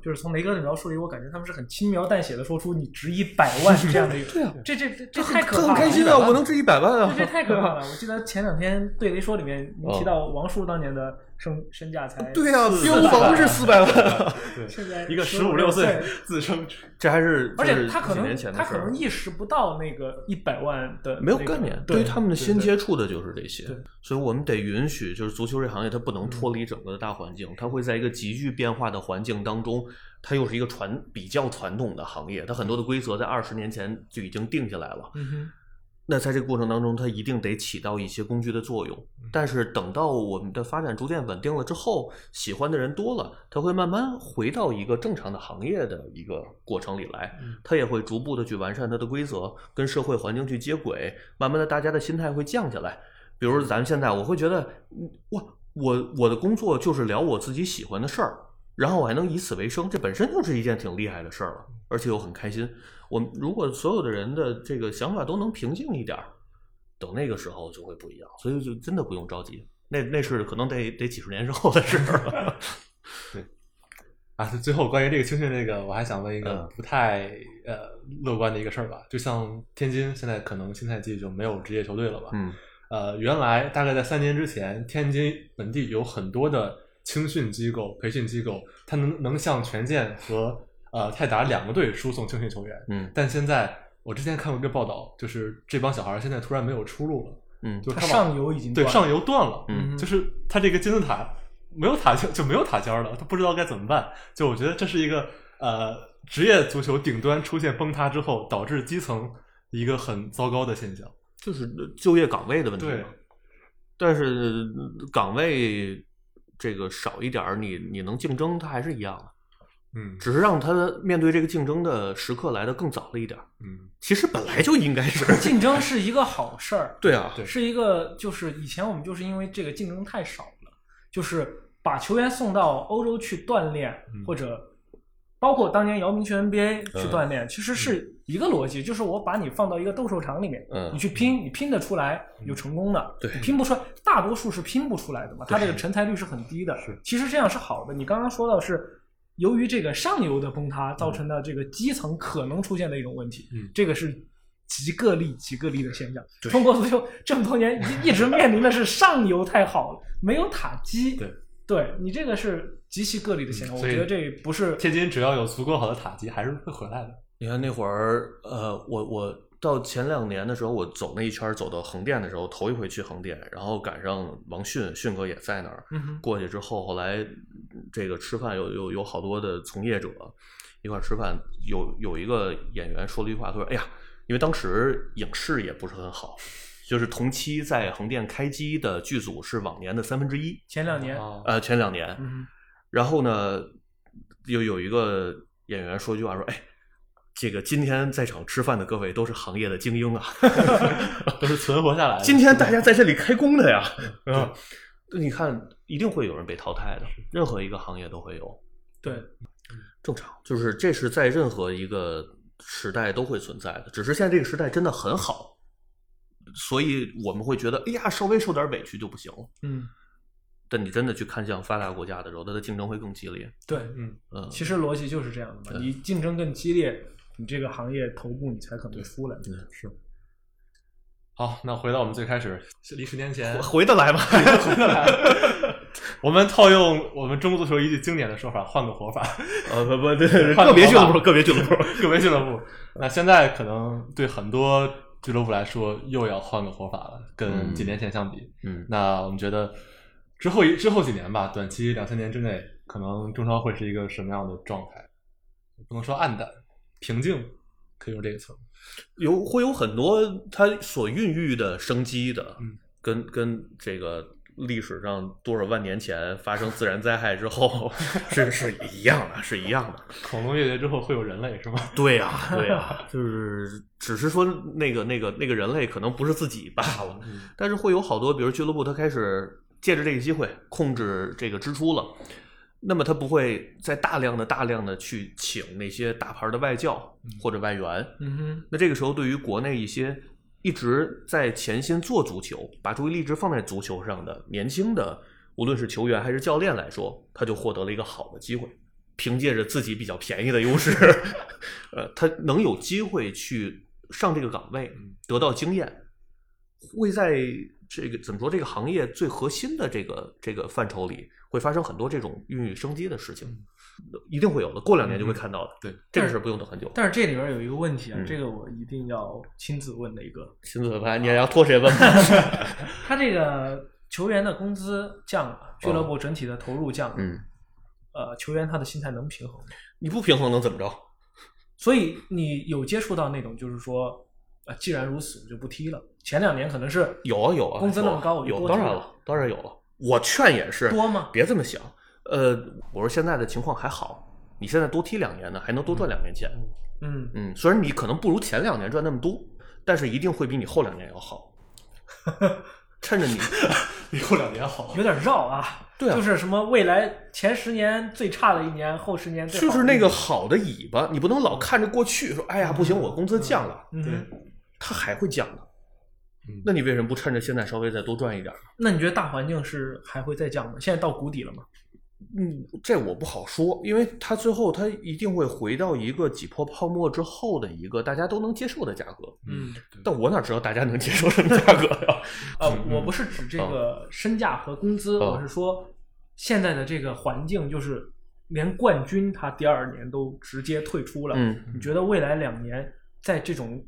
[SPEAKER 3] 就是从雷哥的描述里，我感觉他们是很轻描淡写的说出你值一百万这样的一 个，对啊，这这这这太可
[SPEAKER 2] 他很
[SPEAKER 3] 怕了，
[SPEAKER 2] 开心啊，我能值一百万啊
[SPEAKER 3] 这，这太可怕了。我记得前两天《对雷说》里面
[SPEAKER 4] 哦
[SPEAKER 3] 您提到王叔当年的身身价才，
[SPEAKER 2] 对啊，标房是四百万啊。
[SPEAKER 4] 对，
[SPEAKER 3] 现在
[SPEAKER 4] 一个
[SPEAKER 3] 十
[SPEAKER 4] 十五六岁
[SPEAKER 3] 岁，
[SPEAKER 4] 自称
[SPEAKER 2] 这还是
[SPEAKER 3] 而
[SPEAKER 2] 就
[SPEAKER 3] 且
[SPEAKER 2] 是
[SPEAKER 3] 他可
[SPEAKER 2] 几
[SPEAKER 3] 能
[SPEAKER 2] 年前的
[SPEAKER 3] 他
[SPEAKER 2] 事
[SPEAKER 3] 可
[SPEAKER 2] 儿
[SPEAKER 3] 能意识不到那个一百万的
[SPEAKER 2] 没有
[SPEAKER 3] 那个
[SPEAKER 2] 概念，
[SPEAKER 3] 对
[SPEAKER 2] 于他们的新
[SPEAKER 4] 对
[SPEAKER 2] 接触的就是这些
[SPEAKER 3] 对，嗯
[SPEAKER 2] 所以我们得允许，就是足球这行业它不能脱离整个的大环境，它会在一个急剧变化的环境当中，它又是一个传比较传统的行业，它很多的规则在二十年前就已经定下来了。
[SPEAKER 3] 嗯哼，
[SPEAKER 2] 那在这个过程当中，它一定得起到一些工具的作用。但是等到我们的发展逐渐稳定了之后，喜欢的人多了，它会慢慢回到一个正常的行业的一个过程里来
[SPEAKER 4] 嗯。
[SPEAKER 2] 它也会逐步的去完善它的规则，跟社会环境去接轨。慢慢的，大家的心态会降下来。比如咱们现在，我会觉得，嗯我我我的工作就是聊我自己喜欢的事儿，然后我还能以此为生，这本身就是一件挺厉害的事儿了，而且又很开心。我们如果所有的人的这个想法都能平静一点儿，等那个时候就会不一样，所以就真的不用着急。那那是可能得得几十年之后的事儿了。
[SPEAKER 4] 啊，最后关于这个青训这个，我还想问一个
[SPEAKER 2] 嗯
[SPEAKER 4] 不太、呃乐观的一个事儿吧，就像天津现在可能新赛季就没有职业球队了吧？
[SPEAKER 2] 嗯
[SPEAKER 4] 呃，原来大概在三年之前，天津本地有很多的青训机构、培训机构，它能能向权健和呃泰达两个队输送青训球员，
[SPEAKER 2] 嗯
[SPEAKER 4] 但现在我之前看过一个报道，就是这帮小孩儿现在突然没有出路了，
[SPEAKER 2] 嗯
[SPEAKER 4] 就是
[SPEAKER 3] 它
[SPEAKER 4] 他把
[SPEAKER 3] 上游已经
[SPEAKER 4] 对
[SPEAKER 3] 断了
[SPEAKER 4] 上游断了，
[SPEAKER 2] 嗯
[SPEAKER 4] 就是他这个金字塔没有塔尖就没有塔尖儿了，他不知道该怎么办。就我觉得这是一个呃职业足球顶端出现崩塌之后，导致基层一个很糟糕的现象。
[SPEAKER 2] 就是就业岗位的问题嘛。
[SPEAKER 4] 对
[SPEAKER 2] 但是岗位这个少一点儿，你你能竞争，它还是一样的，
[SPEAKER 4] 嗯
[SPEAKER 2] 只是让他面对这个竞争的时刻来的更早了一点儿。
[SPEAKER 4] 嗯，
[SPEAKER 2] 其实本来就应该是。
[SPEAKER 3] 竞争是一个好事儿，
[SPEAKER 2] 对啊，
[SPEAKER 4] 对
[SPEAKER 3] 是一个就是以前我们就是因为这个竞争太少了，就是把球员送到欧洲去锻炼，
[SPEAKER 4] 嗯
[SPEAKER 3] 或者包括当年姚明去 NBA 去
[SPEAKER 2] 嗯
[SPEAKER 3] 锻炼，其实是一个逻辑，就是我把你放到一个斗兽场里面，
[SPEAKER 2] 嗯
[SPEAKER 3] 你去拼，你拼得出来有成功的，
[SPEAKER 2] 对
[SPEAKER 3] 你拼不出来，大多数是拼不出来的嘛，他这个成才率是很低的。
[SPEAKER 4] 是
[SPEAKER 3] 其实这样是好的。你刚刚说到是由于这个上游的崩塌造成的这个基层可能出现的一种问题，
[SPEAKER 4] 嗯
[SPEAKER 3] 这个是极个例极个例的现象。
[SPEAKER 4] 对
[SPEAKER 3] 中国足球这么多年一一直面临的是上游太好了，没有塔基。
[SPEAKER 4] 对，
[SPEAKER 3] 对你这个是极其个例的现象，
[SPEAKER 4] 嗯
[SPEAKER 3] 我
[SPEAKER 4] 所以
[SPEAKER 3] 觉得这不是
[SPEAKER 4] 天津只要有足够好的塔基，还是会回来的。
[SPEAKER 2] 你看那会儿，呃，我我到前两年的时候，我走那一圈儿走到横店的时候，头一回去横店，然后赶上王迅迅哥也在那儿。
[SPEAKER 3] 嗯哼
[SPEAKER 2] 过去之后，后来这个吃饭有有有好多的从业者一块儿吃饭，有有一个演员说了一句话，他说：“哎呀，因为当时影视也不是很好，就是同期在横店开机的剧组是往年的三分之一，
[SPEAKER 3] 前两年，
[SPEAKER 4] 啊，
[SPEAKER 2] 呃，前两年，
[SPEAKER 3] 嗯
[SPEAKER 2] 然后呢，又有一个演员说一句话说：“哎，这个今天在场吃饭的各位都是行业的精英啊，
[SPEAKER 4] 都是存活下来的。
[SPEAKER 2] 今天大家在这里开工的呀。”
[SPEAKER 4] 对
[SPEAKER 2] 啊，你看，一定会有人被淘汰的，任何一个行业都会有，
[SPEAKER 3] 对，
[SPEAKER 2] 正常，就是这是在任何一个时代都会存在的，只是现在这个时代真的很好。所以我们会觉得，哎呀，稍微受点委屈就不行了。
[SPEAKER 3] 嗯，
[SPEAKER 2] 但你真的去看向发达国家的时候，它的竞争会更激烈。
[SPEAKER 3] 对，
[SPEAKER 4] 嗯，
[SPEAKER 2] 嗯，
[SPEAKER 3] 其实逻辑就是这样的嘛，
[SPEAKER 2] 对
[SPEAKER 3] 你竞争更激烈，你这个行业头部你才可能出来。
[SPEAKER 2] 嗯是
[SPEAKER 4] 好，那回到我们最开始，离十年前
[SPEAKER 2] 回得 来吧？
[SPEAKER 4] 回得来了。我们套用我们中国足球一句经典的说法，换个活法。
[SPEAKER 2] 呃，不不，对对，
[SPEAKER 4] 换
[SPEAKER 2] 个别
[SPEAKER 4] 个
[SPEAKER 2] 俱
[SPEAKER 4] 方
[SPEAKER 2] 乐部，
[SPEAKER 4] 法
[SPEAKER 2] 个别俱乐部。
[SPEAKER 4] 个别俱乐部。那现在可能对很多俱乐部来说，又要换个活法了，跟
[SPEAKER 2] 嗯
[SPEAKER 4] 几年前相比。
[SPEAKER 2] 嗯，
[SPEAKER 4] 那我们觉得之后一之后几年吧，短期两三年之内，可能中超会是一个什么样的状态？不能说暗淡，平静，可以用这个词。
[SPEAKER 2] 有会有很多它所孕育的生机的，
[SPEAKER 4] 嗯
[SPEAKER 2] 跟跟这个历史上多少万年前发生自然灾害之后 是是一样的，是一样的。
[SPEAKER 4] 恐龙灭绝之后会有人类是吗？
[SPEAKER 2] 对呀、对呀、啊 就是只是说那个那个那个人类可能不是嗯自己罢了，但是会有好多，比如俱乐部它开始借着这个机会控制这个支出了，那么它不会再大量的大量的去请那些大牌的外教或者外援，
[SPEAKER 3] 嗯哼，
[SPEAKER 2] 那这个时候，对于国内一些一直在潜心做足球，把注意力一直放在足球上的年轻的，无论是球员还是教练来说，他就获得了一个好的机会。凭借着自己比较便宜的优势， 呃，他能有机会去上这个岗位，得到经验，会在这个怎么说这个行业最核心的这个这个范畴里，会发生很多这种孕育生机的事情，一定会有的。过两年就会看到的。
[SPEAKER 4] 对，
[SPEAKER 2] 这个事儿不用等很久。
[SPEAKER 3] 但是这里边有一个问题啊，
[SPEAKER 2] 嗯
[SPEAKER 3] 这个我一定要亲自问的一个，
[SPEAKER 2] 秦子凡，你还要拖谁问吗？
[SPEAKER 3] 他这个球员的工资降了，俱乐部整体的投入降了，
[SPEAKER 2] 哦嗯，
[SPEAKER 3] 呃，球员他的心态能平衡吗。
[SPEAKER 2] 你不平衡能怎么着？
[SPEAKER 3] 所以你有接触到那种就是说，呃，既然如此，我就不踢了。前两年可能是
[SPEAKER 2] 有啊有啊，
[SPEAKER 3] 工资那么高
[SPEAKER 2] 有啊有
[SPEAKER 3] 我就多
[SPEAKER 2] 当然
[SPEAKER 3] 挣
[SPEAKER 2] 了，当然有了。我劝也是，
[SPEAKER 3] 多吗？
[SPEAKER 2] 别这么想。呃，我说现在的情况还好，你现在多踢两年呢，还能多赚两年钱。
[SPEAKER 3] 嗯，
[SPEAKER 2] 嗯，虽然你可能不如前两年赚那么多，但是一定会比你后两年要 好。趁着你，
[SPEAKER 4] 以后两年好。
[SPEAKER 3] 有点绕啊。
[SPEAKER 2] 对啊
[SPEAKER 3] 就是什么未来前十年最差的一年，后十年最好
[SPEAKER 2] 就
[SPEAKER 3] 的
[SPEAKER 2] 是
[SPEAKER 3] 一
[SPEAKER 2] 那
[SPEAKER 3] 年
[SPEAKER 2] 个好的尾巴，你不能老看着过去说，哎呀，不行，我工资降了，
[SPEAKER 3] 嗯哼，
[SPEAKER 2] 它还会降的
[SPEAKER 4] 嗯。
[SPEAKER 2] 那你为什么不趁着现在稍微再多赚一点？
[SPEAKER 3] 那你觉得大环境是还会再降吗？现在到谷底了吗？
[SPEAKER 2] 嗯，这我不好说，因为它最后它一定会回到一个挤破泡沫之后的一个大家都能接受的价格。
[SPEAKER 4] 嗯，
[SPEAKER 2] 但我哪知道大家能接受什么价格呀？
[SPEAKER 3] 呃，
[SPEAKER 4] 嗯
[SPEAKER 3] 我不是指这个身价和工资，
[SPEAKER 2] 嗯
[SPEAKER 3] 我是说现在的这个环境，就是连冠军他第二年都直接退出了。
[SPEAKER 2] 嗯，
[SPEAKER 3] 你觉得未来两年在这种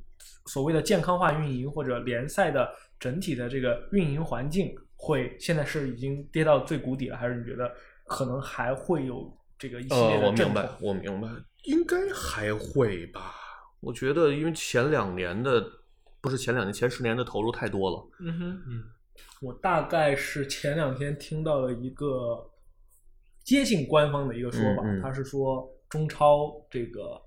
[SPEAKER 3] 所谓的健康化运营或者联赛的整体的这个运营环境会现在是已经跌到最谷底了，还是你觉得可能还会有这个一系列
[SPEAKER 2] 呃，我
[SPEAKER 3] 的阵
[SPEAKER 2] 明
[SPEAKER 3] 痛？
[SPEAKER 2] 白，我明白，应该还会吧。我觉得，因为前两年的不是前两年，前十年的投入太多了。
[SPEAKER 3] 嗯哼，我大概是前两天听到了一个接近官方的一个说法，
[SPEAKER 2] 嗯嗯
[SPEAKER 3] 他是说中超这个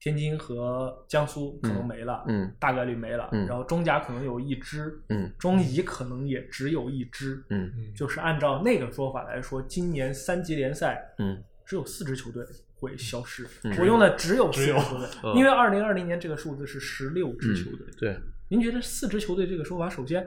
[SPEAKER 3] 天津和江苏可能没了，
[SPEAKER 2] 嗯
[SPEAKER 3] 大概率没了，
[SPEAKER 2] 嗯
[SPEAKER 3] 然后中甲可能有一支，
[SPEAKER 2] 嗯
[SPEAKER 3] 中乙可能也只有一支，
[SPEAKER 2] 嗯
[SPEAKER 3] 就是按照那个说法来说，今年三级联赛
[SPEAKER 2] 嗯，
[SPEAKER 3] 只有四支球队会消失，
[SPEAKER 2] 嗯
[SPEAKER 3] 我用的只有四支球队，
[SPEAKER 2] 有嗯
[SPEAKER 3] 因为二零二零年这个数字是十六支球队。
[SPEAKER 2] 对，
[SPEAKER 3] 您觉得四支球队这个说法，首先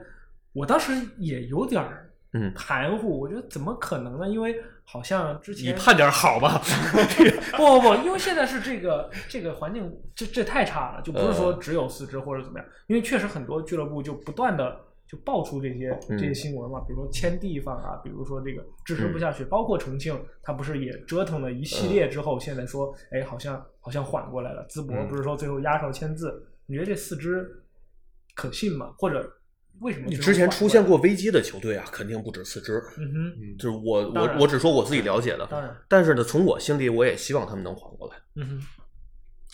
[SPEAKER 3] 我当时也有点儿
[SPEAKER 2] 嗯
[SPEAKER 3] 含糊，我觉得怎么可能呢？因为好像之前
[SPEAKER 2] 你盼点好吧？
[SPEAKER 3] 不不不，因为现在是这个这个环境，这这太差了，就不是
[SPEAKER 2] 嗯
[SPEAKER 3] 说只有四支或者怎么样，因为确实很多俱乐部就不断的就爆出这些这些
[SPEAKER 2] 嗯
[SPEAKER 3] 新闻嘛，比如说签地方啊，比如说这个支持不下去，包括重庆，他不是也折腾了一系列之后，现在说，哎，好像好像缓过来了，淄博
[SPEAKER 2] 嗯
[SPEAKER 3] 不是说最后压哨签字，你觉得这四支可信吗？或者为什么
[SPEAKER 2] 你
[SPEAKER 3] 最后
[SPEAKER 2] 之前
[SPEAKER 3] 缓
[SPEAKER 2] 出
[SPEAKER 3] 来
[SPEAKER 2] 现
[SPEAKER 3] 了？
[SPEAKER 2] 过危机的球队啊，肯定不止四支。
[SPEAKER 3] 嗯哼，
[SPEAKER 2] 就是我
[SPEAKER 3] 当然
[SPEAKER 2] 我我只说我自己了解的，
[SPEAKER 3] 当然，
[SPEAKER 2] 但是呢，从我心里我也希望他们能缓过来。
[SPEAKER 3] 嗯哼，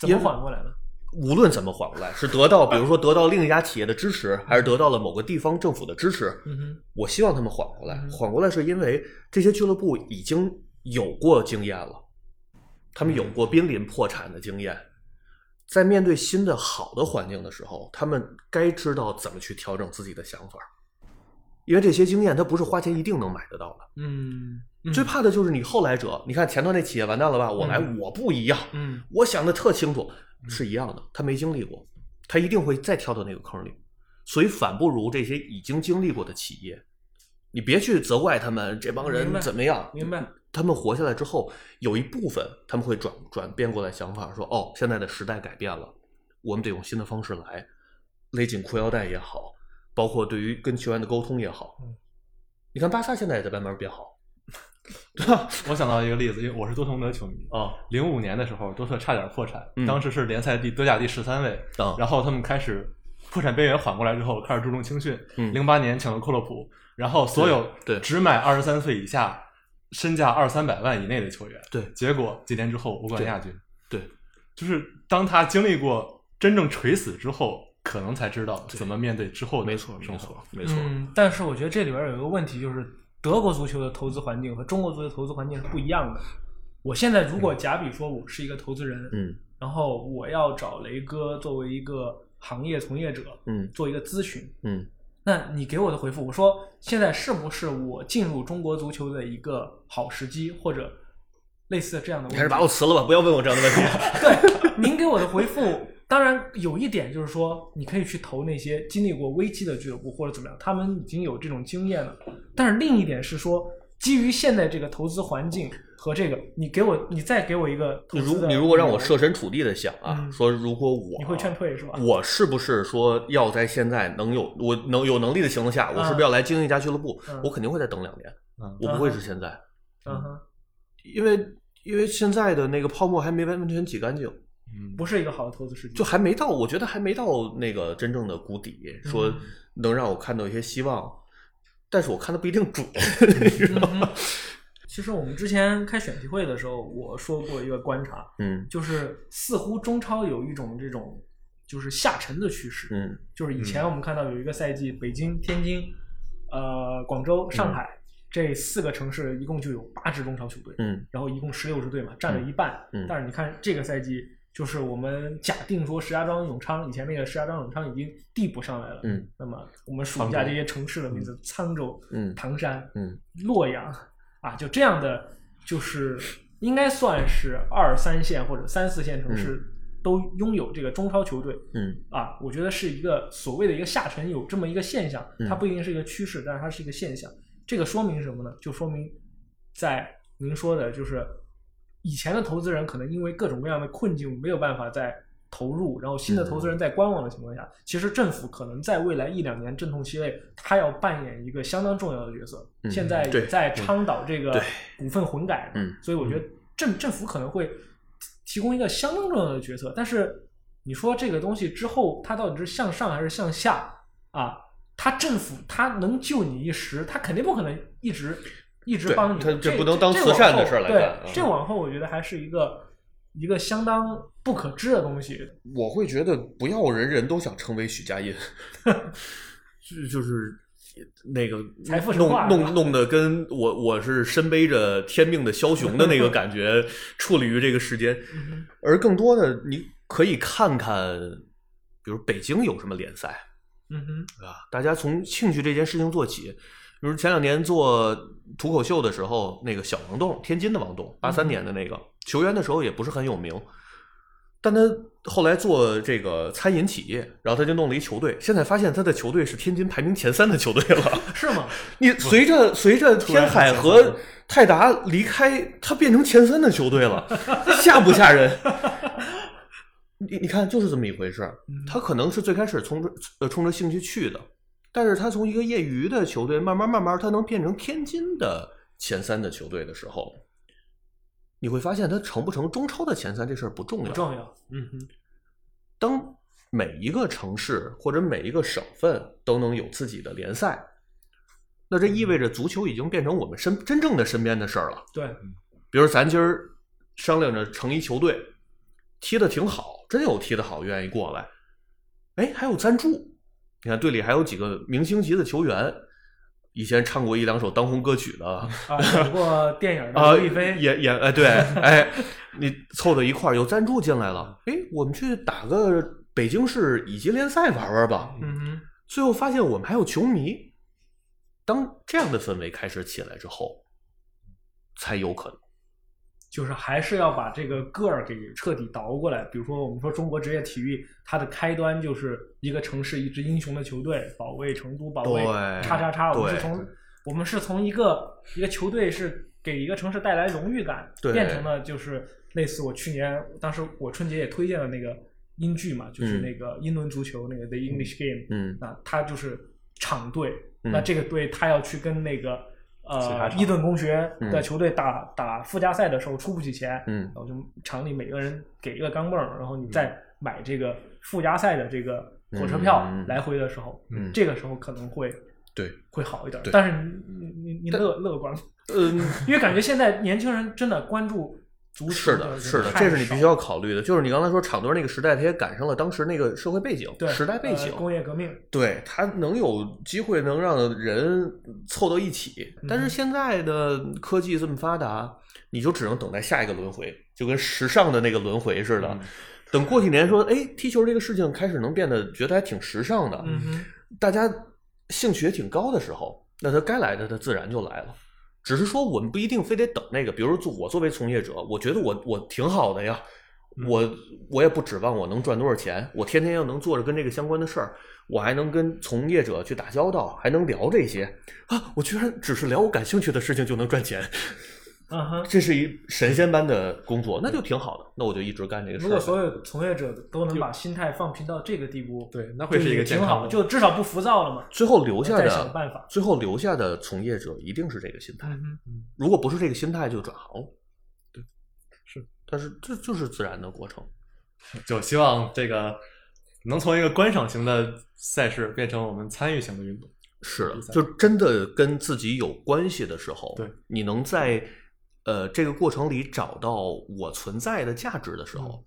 [SPEAKER 3] 怎么
[SPEAKER 2] 因为
[SPEAKER 3] 缓过来呢？
[SPEAKER 2] 无论怎么缓过来，是得到比如说得到另一家企业的支持，还是得到了某个地方政府的支持，
[SPEAKER 3] 嗯哼，
[SPEAKER 2] 我希望他们缓过来
[SPEAKER 3] 嗯。
[SPEAKER 2] 缓过来是因为这些俱乐部已经有过经验了，他们有
[SPEAKER 3] 嗯
[SPEAKER 2] 过濒临破产的经验，在面对新的好的环境的时候，他们该知道怎么去调整自己的想法，因为这些经验它不是花钱一定能买得到的。
[SPEAKER 3] 嗯，嗯
[SPEAKER 2] 最怕的就是你后来者，你看前段那企业完蛋了吧，我来
[SPEAKER 3] 嗯
[SPEAKER 2] 我不一样，
[SPEAKER 3] 嗯。
[SPEAKER 2] 我想的特清楚，是一样的。他没经历过，他一定会再跳到那个坑里，所以反不如这些已经经历过的企业。你别去责怪他们这帮
[SPEAKER 3] 明
[SPEAKER 2] 人
[SPEAKER 3] 白
[SPEAKER 2] 怎么样，
[SPEAKER 3] 明白。
[SPEAKER 2] 他们活下来之后，有一部分他们会转转变过来想法，说哦，现在的时代改变了，我们得用新的方式来，勒紧裤腰带也好，包括对于跟球员的沟通也好。
[SPEAKER 3] 嗯
[SPEAKER 2] 你看巴萨现在也在慢慢变好，对吧？
[SPEAKER 4] 我想到一个例子，因为我是多特蒙德球迷。
[SPEAKER 3] 哦
[SPEAKER 2] 啊
[SPEAKER 4] 零五年的时候，多特差点破产，
[SPEAKER 2] 嗯
[SPEAKER 4] 当时是联赛第德甲第十三位，
[SPEAKER 2] 啊
[SPEAKER 4] 然后他们开始破产边缘缓过来之后，开始注重青训。
[SPEAKER 2] 嗯
[SPEAKER 4] 零八年请了克洛普，然后所有
[SPEAKER 2] 对对
[SPEAKER 4] 只买二十三岁以下、身价二三百万以内的球员，
[SPEAKER 2] 对
[SPEAKER 4] 结果几年之后欧冠
[SPEAKER 2] 对
[SPEAKER 4] 亚军。
[SPEAKER 2] 对，
[SPEAKER 4] 就是当他经历过真正垂死之后，可能才知道怎么面对之后的
[SPEAKER 2] 没错，
[SPEAKER 4] 生
[SPEAKER 2] 没
[SPEAKER 4] 活
[SPEAKER 2] 错。，没错。
[SPEAKER 3] 嗯，但是我觉得这里边有一个问题，就是德国足球的投资环境和中国足球的投资环境是不一样的。我现在如果假比说我是一个投资人，
[SPEAKER 2] 嗯
[SPEAKER 3] 然后我要找雷哥作为一个行业从业者
[SPEAKER 2] 嗯
[SPEAKER 3] 做一个咨询，
[SPEAKER 2] 嗯
[SPEAKER 3] 那你给我的回复，我说现在是不是我进入中国足球的一个好时机，或者类似的这样的
[SPEAKER 2] 你
[SPEAKER 3] 问题？
[SPEAKER 2] 还是把我辞了吧，不要问我这样的问题。
[SPEAKER 3] 对， 您给我的回复，当然有一点就是说，你可以去投那些经历过危机的俱乐部或者怎么样，他们已经有这种经验了。但是另一点是说，基于现在这个投资环境和这个，你给我，你再给我一个投
[SPEAKER 2] 你
[SPEAKER 3] 资
[SPEAKER 2] 如
[SPEAKER 3] 的
[SPEAKER 2] 你如果让我设嗯身处地的想啊，
[SPEAKER 3] 嗯
[SPEAKER 2] 说如果我
[SPEAKER 3] 你会劝退是吧？
[SPEAKER 2] 我是不是说要在现在能有我能有能力的情况下，我是不是要来经营一家俱乐部？
[SPEAKER 3] 嗯
[SPEAKER 2] 我肯定会再等两年，
[SPEAKER 4] 嗯
[SPEAKER 2] 我不会是现在，
[SPEAKER 3] 嗯哼，
[SPEAKER 2] 因为因为现在的那个泡沫还没完完全挤干净，
[SPEAKER 4] 嗯，
[SPEAKER 3] 不是一个好的投资时机。
[SPEAKER 2] 就还没到，我觉得还没到那个真正的谷底，
[SPEAKER 3] 嗯
[SPEAKER 2] 说能让我看到一些希望，但是我看的不一定准， 你知道吗？
[SPEAKER 3] 嗯其实我们之前开选题会的时候，我说过一个观察，
[SPEAKER 2] 嗯
[SPEAKER 3] 就是似乎中超有一种这种就是下沉的趋势。
[SPEAKER 2] 嗯
[SPEAKER 3] 就是以前我们看到有一个赛季，北京、天津、呃广州、
[SPEAKER 2] 嗯
[SPEAKER 3] 上海、这四个城市一共就有八支中超球队，
[SPEAKER 2] 嗯
[SPEAKER 3] 然后一共十六支队嘛，占了一半。
[SPEAKER 2] 嗯嗯
[SPEAKER 3] 但是你看这个赛季，就是我们假定说石家庄永昌以前那个石家庄永昌已经递补上来了，
[SPEAKER 2] 嗯
[SPEAKER 3] 那么我们数一下这些城市的名字：沧州、
[SPEAKER 2] 嗯
[SPEAKER 3] 唐山、
[SPEAKER 2] 嗯
[SPEAKER 3] 洛阳啊，就这样的，就是应该算是二三线或者三四线城市都拥有这个中超球队。
[SPEAKER 2] 嗯
[SPEAKER 3] 啊，我觉得是一个所谓的一个下沉有这么一个现象，
[SPEAKER 2] 嗯
[SPEAKER 3] 它不一定是一个趋势，但是它是一个现象。这个说明什么呢？就说明在您说的，就是以前的投资人可能因为各种各样的困境没有办法再投入，然后新的投资人在观望的情况下，其实政府可能在未来一两年阵痛期内，它要扮演一个相当重要的角色。
[SPEAKER 2] 嗯
[SPEAKER 3] 现在也
[SPEAKER 2] 对
[SPEAKER 3] 在倡导这个
[SPEAKER 2] 对
[SPEAKER 3] 股份混改嘛，
[SPEAKER 2] 嗯
[SPEAKER 3] 所以我觉得政政府可能会提供一个相当重要的角色，但是你说这个东西之后，它到底是向上还是向下啊？它政府它能救你一时，它肯定不可能一直一直
[SPEAKER 2] 对
[SPEAKER 3] 帮你。
[SPEAKER 2] 它这
[SPEAKER 3] 这
[SPEAKER 2] 不能当
[SPEAKER 3] 这
[SPEAKER 2] 慈善的事儿来
[SPEAKER 3] 往后
[SPEAKER 2] 干嗯
[SPEAKER 3] 对，这往后我觉得还是一个一个相当不可知的东西。
[SPEAKER 2] 我会觉得不要人人都想成为许家印， 就就是那个
[SPEAKER 3] 财富神话
[SPEAKER 2] 弄
[SPEAKER 3] 是吧
[SPEAKER 2] 弄弄得跟我我是身背着天命的枭雄的那 个感觉处理于这个世间，而更多的你可以看看，比如北京有什么联赛，
[SPEAKER 3] 嗯哼，
[SPEAKER 2] 啊，大家从兴趣这件事情做起。比如前两年做吐口秀的时候，那个小王栋，天津的王栋，八三年的那个、球员的时候也不是很有名，但他后来做这个餐饮企业，然后他就弄了一球队，现在发现他的球队是天津排名前三的球队了。
[SPEAKER 3] 是吗？
[SPEAKER 2] 你随着随着天海和泰达离开，他变成前三的球队了，吓不吓人？你你看，就是这么一回事儿。
[SPEAKER 3] 嗯
[SPEAKER 2] 他可能是最开始冲着呃冲着兴趣去的，但是他从一个业余的球队慢慢慢慢，他能变成天津的前三的球队的时候，你会发现他成不成中超的前三这事儿不重
[SPEAKER 3] 不
[SPEAKER 2] 要。
[SPEAKER 3] 重要。嗯哼，
[SPEAKER 2] 当每一个城市或者每一个省份都能有自己的联赛，那这意味着足球已经变成我们身真正的身边的事儿了。
[SPEAKER 3] 对，啊
[SPEAKER 2] 比如咱今儿商量着成一球队，踢得挺好，真有踢得好愿意过来，哎，还有赞助。你看队里还有几个明星级的球员，以前唱过一两首当红歌曲的，
[SPEAKER 3] 啊，有过电影的
[SPEAKER 2] 啊，
[SPEAKER 3] 刘亦菲，
[SPEAKER 2] 也也哎对哎，你凑到一块儿有赞助进来了，哎，我们去打个北京市乙级联赛玩玩吧。
[SPEAKER 3] 嗯哼，
[SPEAKER 2] 最后发现我们还有球迷，当这样的氛围开始起来之后，才有可能。
[SPEAKER 3] 就是还是要把这个个儿给彻底倒过来。比如说，我们说中国职业体育，它的开端就是一个城市一支英雄的球队，保卫成都，保卫
[SPEAKER 2] 对
[SPEAKER 3] 叉叉叉。我们是
[SPEAKER 2] 对
[SPEAKER 3] 从我们是从一个一个球队是给一个城市带来荣誉感，
[SPEAKER 2] 对
[SPEAKER 3] 变成了就是类似我去年当时我春节也推荐了那个英剧嘛，就是那个英伦足球那个 The English Game，
[SPEAKER 2] 嗯
[SPEAKER 3] 那他就是场队，
[SPEAKER 2] 嗯
[SPEAKER 3] 那这个队他要去跟那个
[SPEAKER 4] 其他
[SPEAKER 3] 呃
[SPEAKER 4] 场
[SPEAKER 3] 伊顿公学的
[SPEAKER 2] 嗯
[SPEAKER 3] 球队打、打附加赛的时候出不起钱，
[SPEAKER 2] 嗯
[SPEAKER 3] 然后就厂里每个人给一个钢镚儿，然后你再买这个附加赛的这个火车票
[SPEAKER 2] 嗯
[SPEAKER 3] 来回的时候，
[SPEAKER 2] 嗯
[SPEAKER 3] 这个时候可能会
[SPEAKER 2] 对，
[SPEAKER 3] 会好一点
[SPEAKER 2] 对。
[SPEAKER 3] 但是你你你乐乐观吗，
[SPEAKER 2] 嗯，
[SPEAKER 3] 因为感觉现在年轻人真的关注足球
[SPEAKER 2] 是
[SPEAKER 3] 人
[SPEAKER 2] 的，是的，
[SPEAKER 3] 太
[SPEAKER 2] 这是你必须
[SPEAKER 3] 少
[SPEAKER 2] 要考虑的。就是你刚才说厂队那个时代，他也赶上了当时那个社会背景、
[SPEAKER 3] 对
[SPEAKER 2] 时代背
[SPEAKER 3] 呃
[SPEAKER 2] 景，
[SPEAKER 3] 工业革命，
[SPEAKER 2] 对他能有机会能让人凑到一起，但是
[SPEAKER 3] 嗯
[SPEAKER 2] 现在的科技这么发达，你就只能等待下一个轮回，就跟时尚的那个轮回似的。
[SPEAKER 4] 嗯
[SPEAKER 2] 等过几年说，哎，踢球这个事情开始能变得觉得还挺时尚的，
[SPEAKER 3] 嗯哼，
[SPEAKER 2] 大家兴趣也挺高的时候，那他该来的他自然就来了。只是说我们不一定非得等那个，比如做我作为从业者，我觉得我我挺好的呀，
[SPEAKER 3] 嗯
[SPEAKER 2] 我我也不指望我能赚多少钱，我天天要能做着跟这个相关的事儿，我还能跟从业者去打交道，还能聊这些啊，我居然只是聊我感兴趣的事情就能赚钱，
[SPEAKER 3] 嗯哼。
[SPEAKER 2] 这是一神仙般的工作，那就挺好的，那我就一直干这个事
[SPEAKER 3] 如
[SPEAKER 2] 儿呗。
[SPEAKER 3] 果所有从业者都能把心态放平到这个地步，
[SPEAKER 4] 对那会是一个
[SPEAKER 3] 就也
[SPEAKER 4] 健
[SPEAKER 3] 挺
[SPEAKER 4] 康
[SPEAKER 3] 好
[SPEAKER 4] 的
[SPEAKER 3] 的，就至少不浮躁了嘛。
[SPEAKER 2] 最后留下
[SPEAKER 3] 再想
[SPEAKER 2] 的
[SPEAKER 3] 办法。
[SPEAKER 2] 最后留下的从业者一定是这个心态。
[SPEAKER 3] 嗯
[SPEAKER 2] 如果不是这个心态，就转行了。
[SPEAKER 4] 对，是，
[SPEAKER 2] 但是这就是自然的过程。
[SPEAKER 4] 就希望这个能从一个观赏型的赛事变成我们参与型的运动。
[SPEAKER 2] 是的
[SPEAKER 4] 第，三
[SPEAKER 2] 就真的跟自己有关系的时候，
[SPEAKER 4] 对，
[SPEAKER 2] 你能在呃这个过程里找到我存在的价值的时
[SPEAKER 4] 嗯
[SPEAKER 2] 候，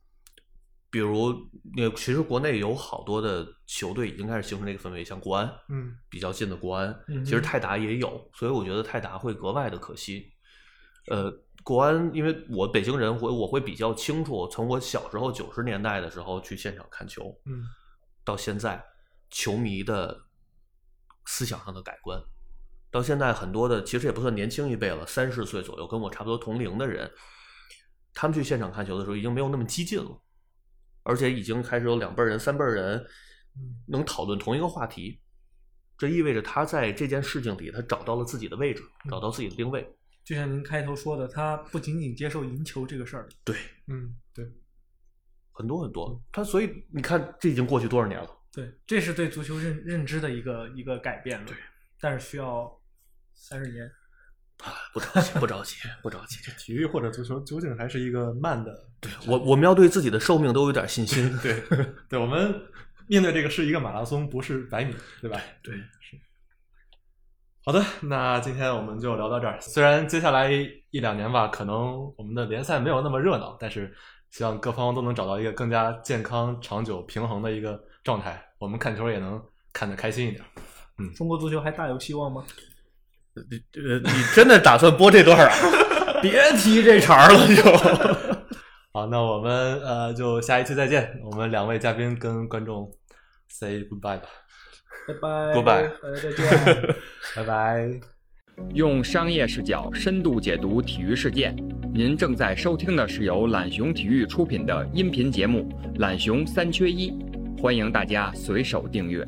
[SPEAKER 2] 比如那其实国内有好多的球队已经开始形成这个氛围，像国安，
[SPEAKER 3] 嗯，
[SPEAKER 2] 比较近的国安，
[SPEAKER 3] 嗯哼
[SPEAKER 2] 其实泰达也有，所以我觉得泰达会格外的可惜。呃，国安，因为我北京人，我我会比较清楚，从我小时候九十年代的时候去现场看球，
[SPEAKER 3] 嗯，
[SPEAKER 2] 到现在球迷的思想上的改观，到现在很多的其实也不算年轻一辈了，三十岁左右跟我差不多同龄的人，他们去现场看球的时候已经没有那么激进了，而且已经开始有两辈儿人、三辈儿人能讨论同一个话题，这意味着他在这件事情里他找到了自己的位置，找到自己的定位。
[SPEAKER 3] 就像您开头说的，他不仅仅接受赢球这个事儿，
[SPEAKER 2] 对，
[SPEAKER 3] 嗯，对
[SPEAKER 2] 很多很多，他所以你看，这已经过去多少年了？
[SPEAKER 3] 对，这是对足球认认知的一个一个改变了，对，但是需要三十年，
[SPEAKER 2] 不着急，不着急，不着急。
[SPEAKER 4] 体育或者足球究竟还是一个慢的，
[SPEAKER 2] 对 我，我们要对自己的寿命都有点信心。
[SPEAKER 4] 对对，我们面对这个是一个马拉松，不是百米，对吧？
[SPEAKER 2] 对，
[SPEAKER 4] 好的，那今天我们就聊到这儿。虽然接下来一两年吧，可能我们的联赛没有那么热闹，但是希望各方都能找到一个更加健康、长久、平衡的一个状态，我们看球也能看得开心一点。
[SPEAKER 3] 中国足球还大有希望吗？
[SPEAKER 2] 呃，你真的打算播这段啊？ 别提这茬了，就。
[SPEAKER 4] 好，那我们呃就下一期再见。我们两位嘉宾跟观众 say goodbye 吧，
[SPEAKER 3] 拜拜
[SPEAKER 2] Goodbye
[SPEAKER 3] 大家再见。
[SPEAKER 4] 拜拜。
[SPEAKER 1] 用商业视角深度解读体育事件。您正在收听的是由懒熊体育出品的音频节目《懒熊三缺一》，欢迎大家随手订阅。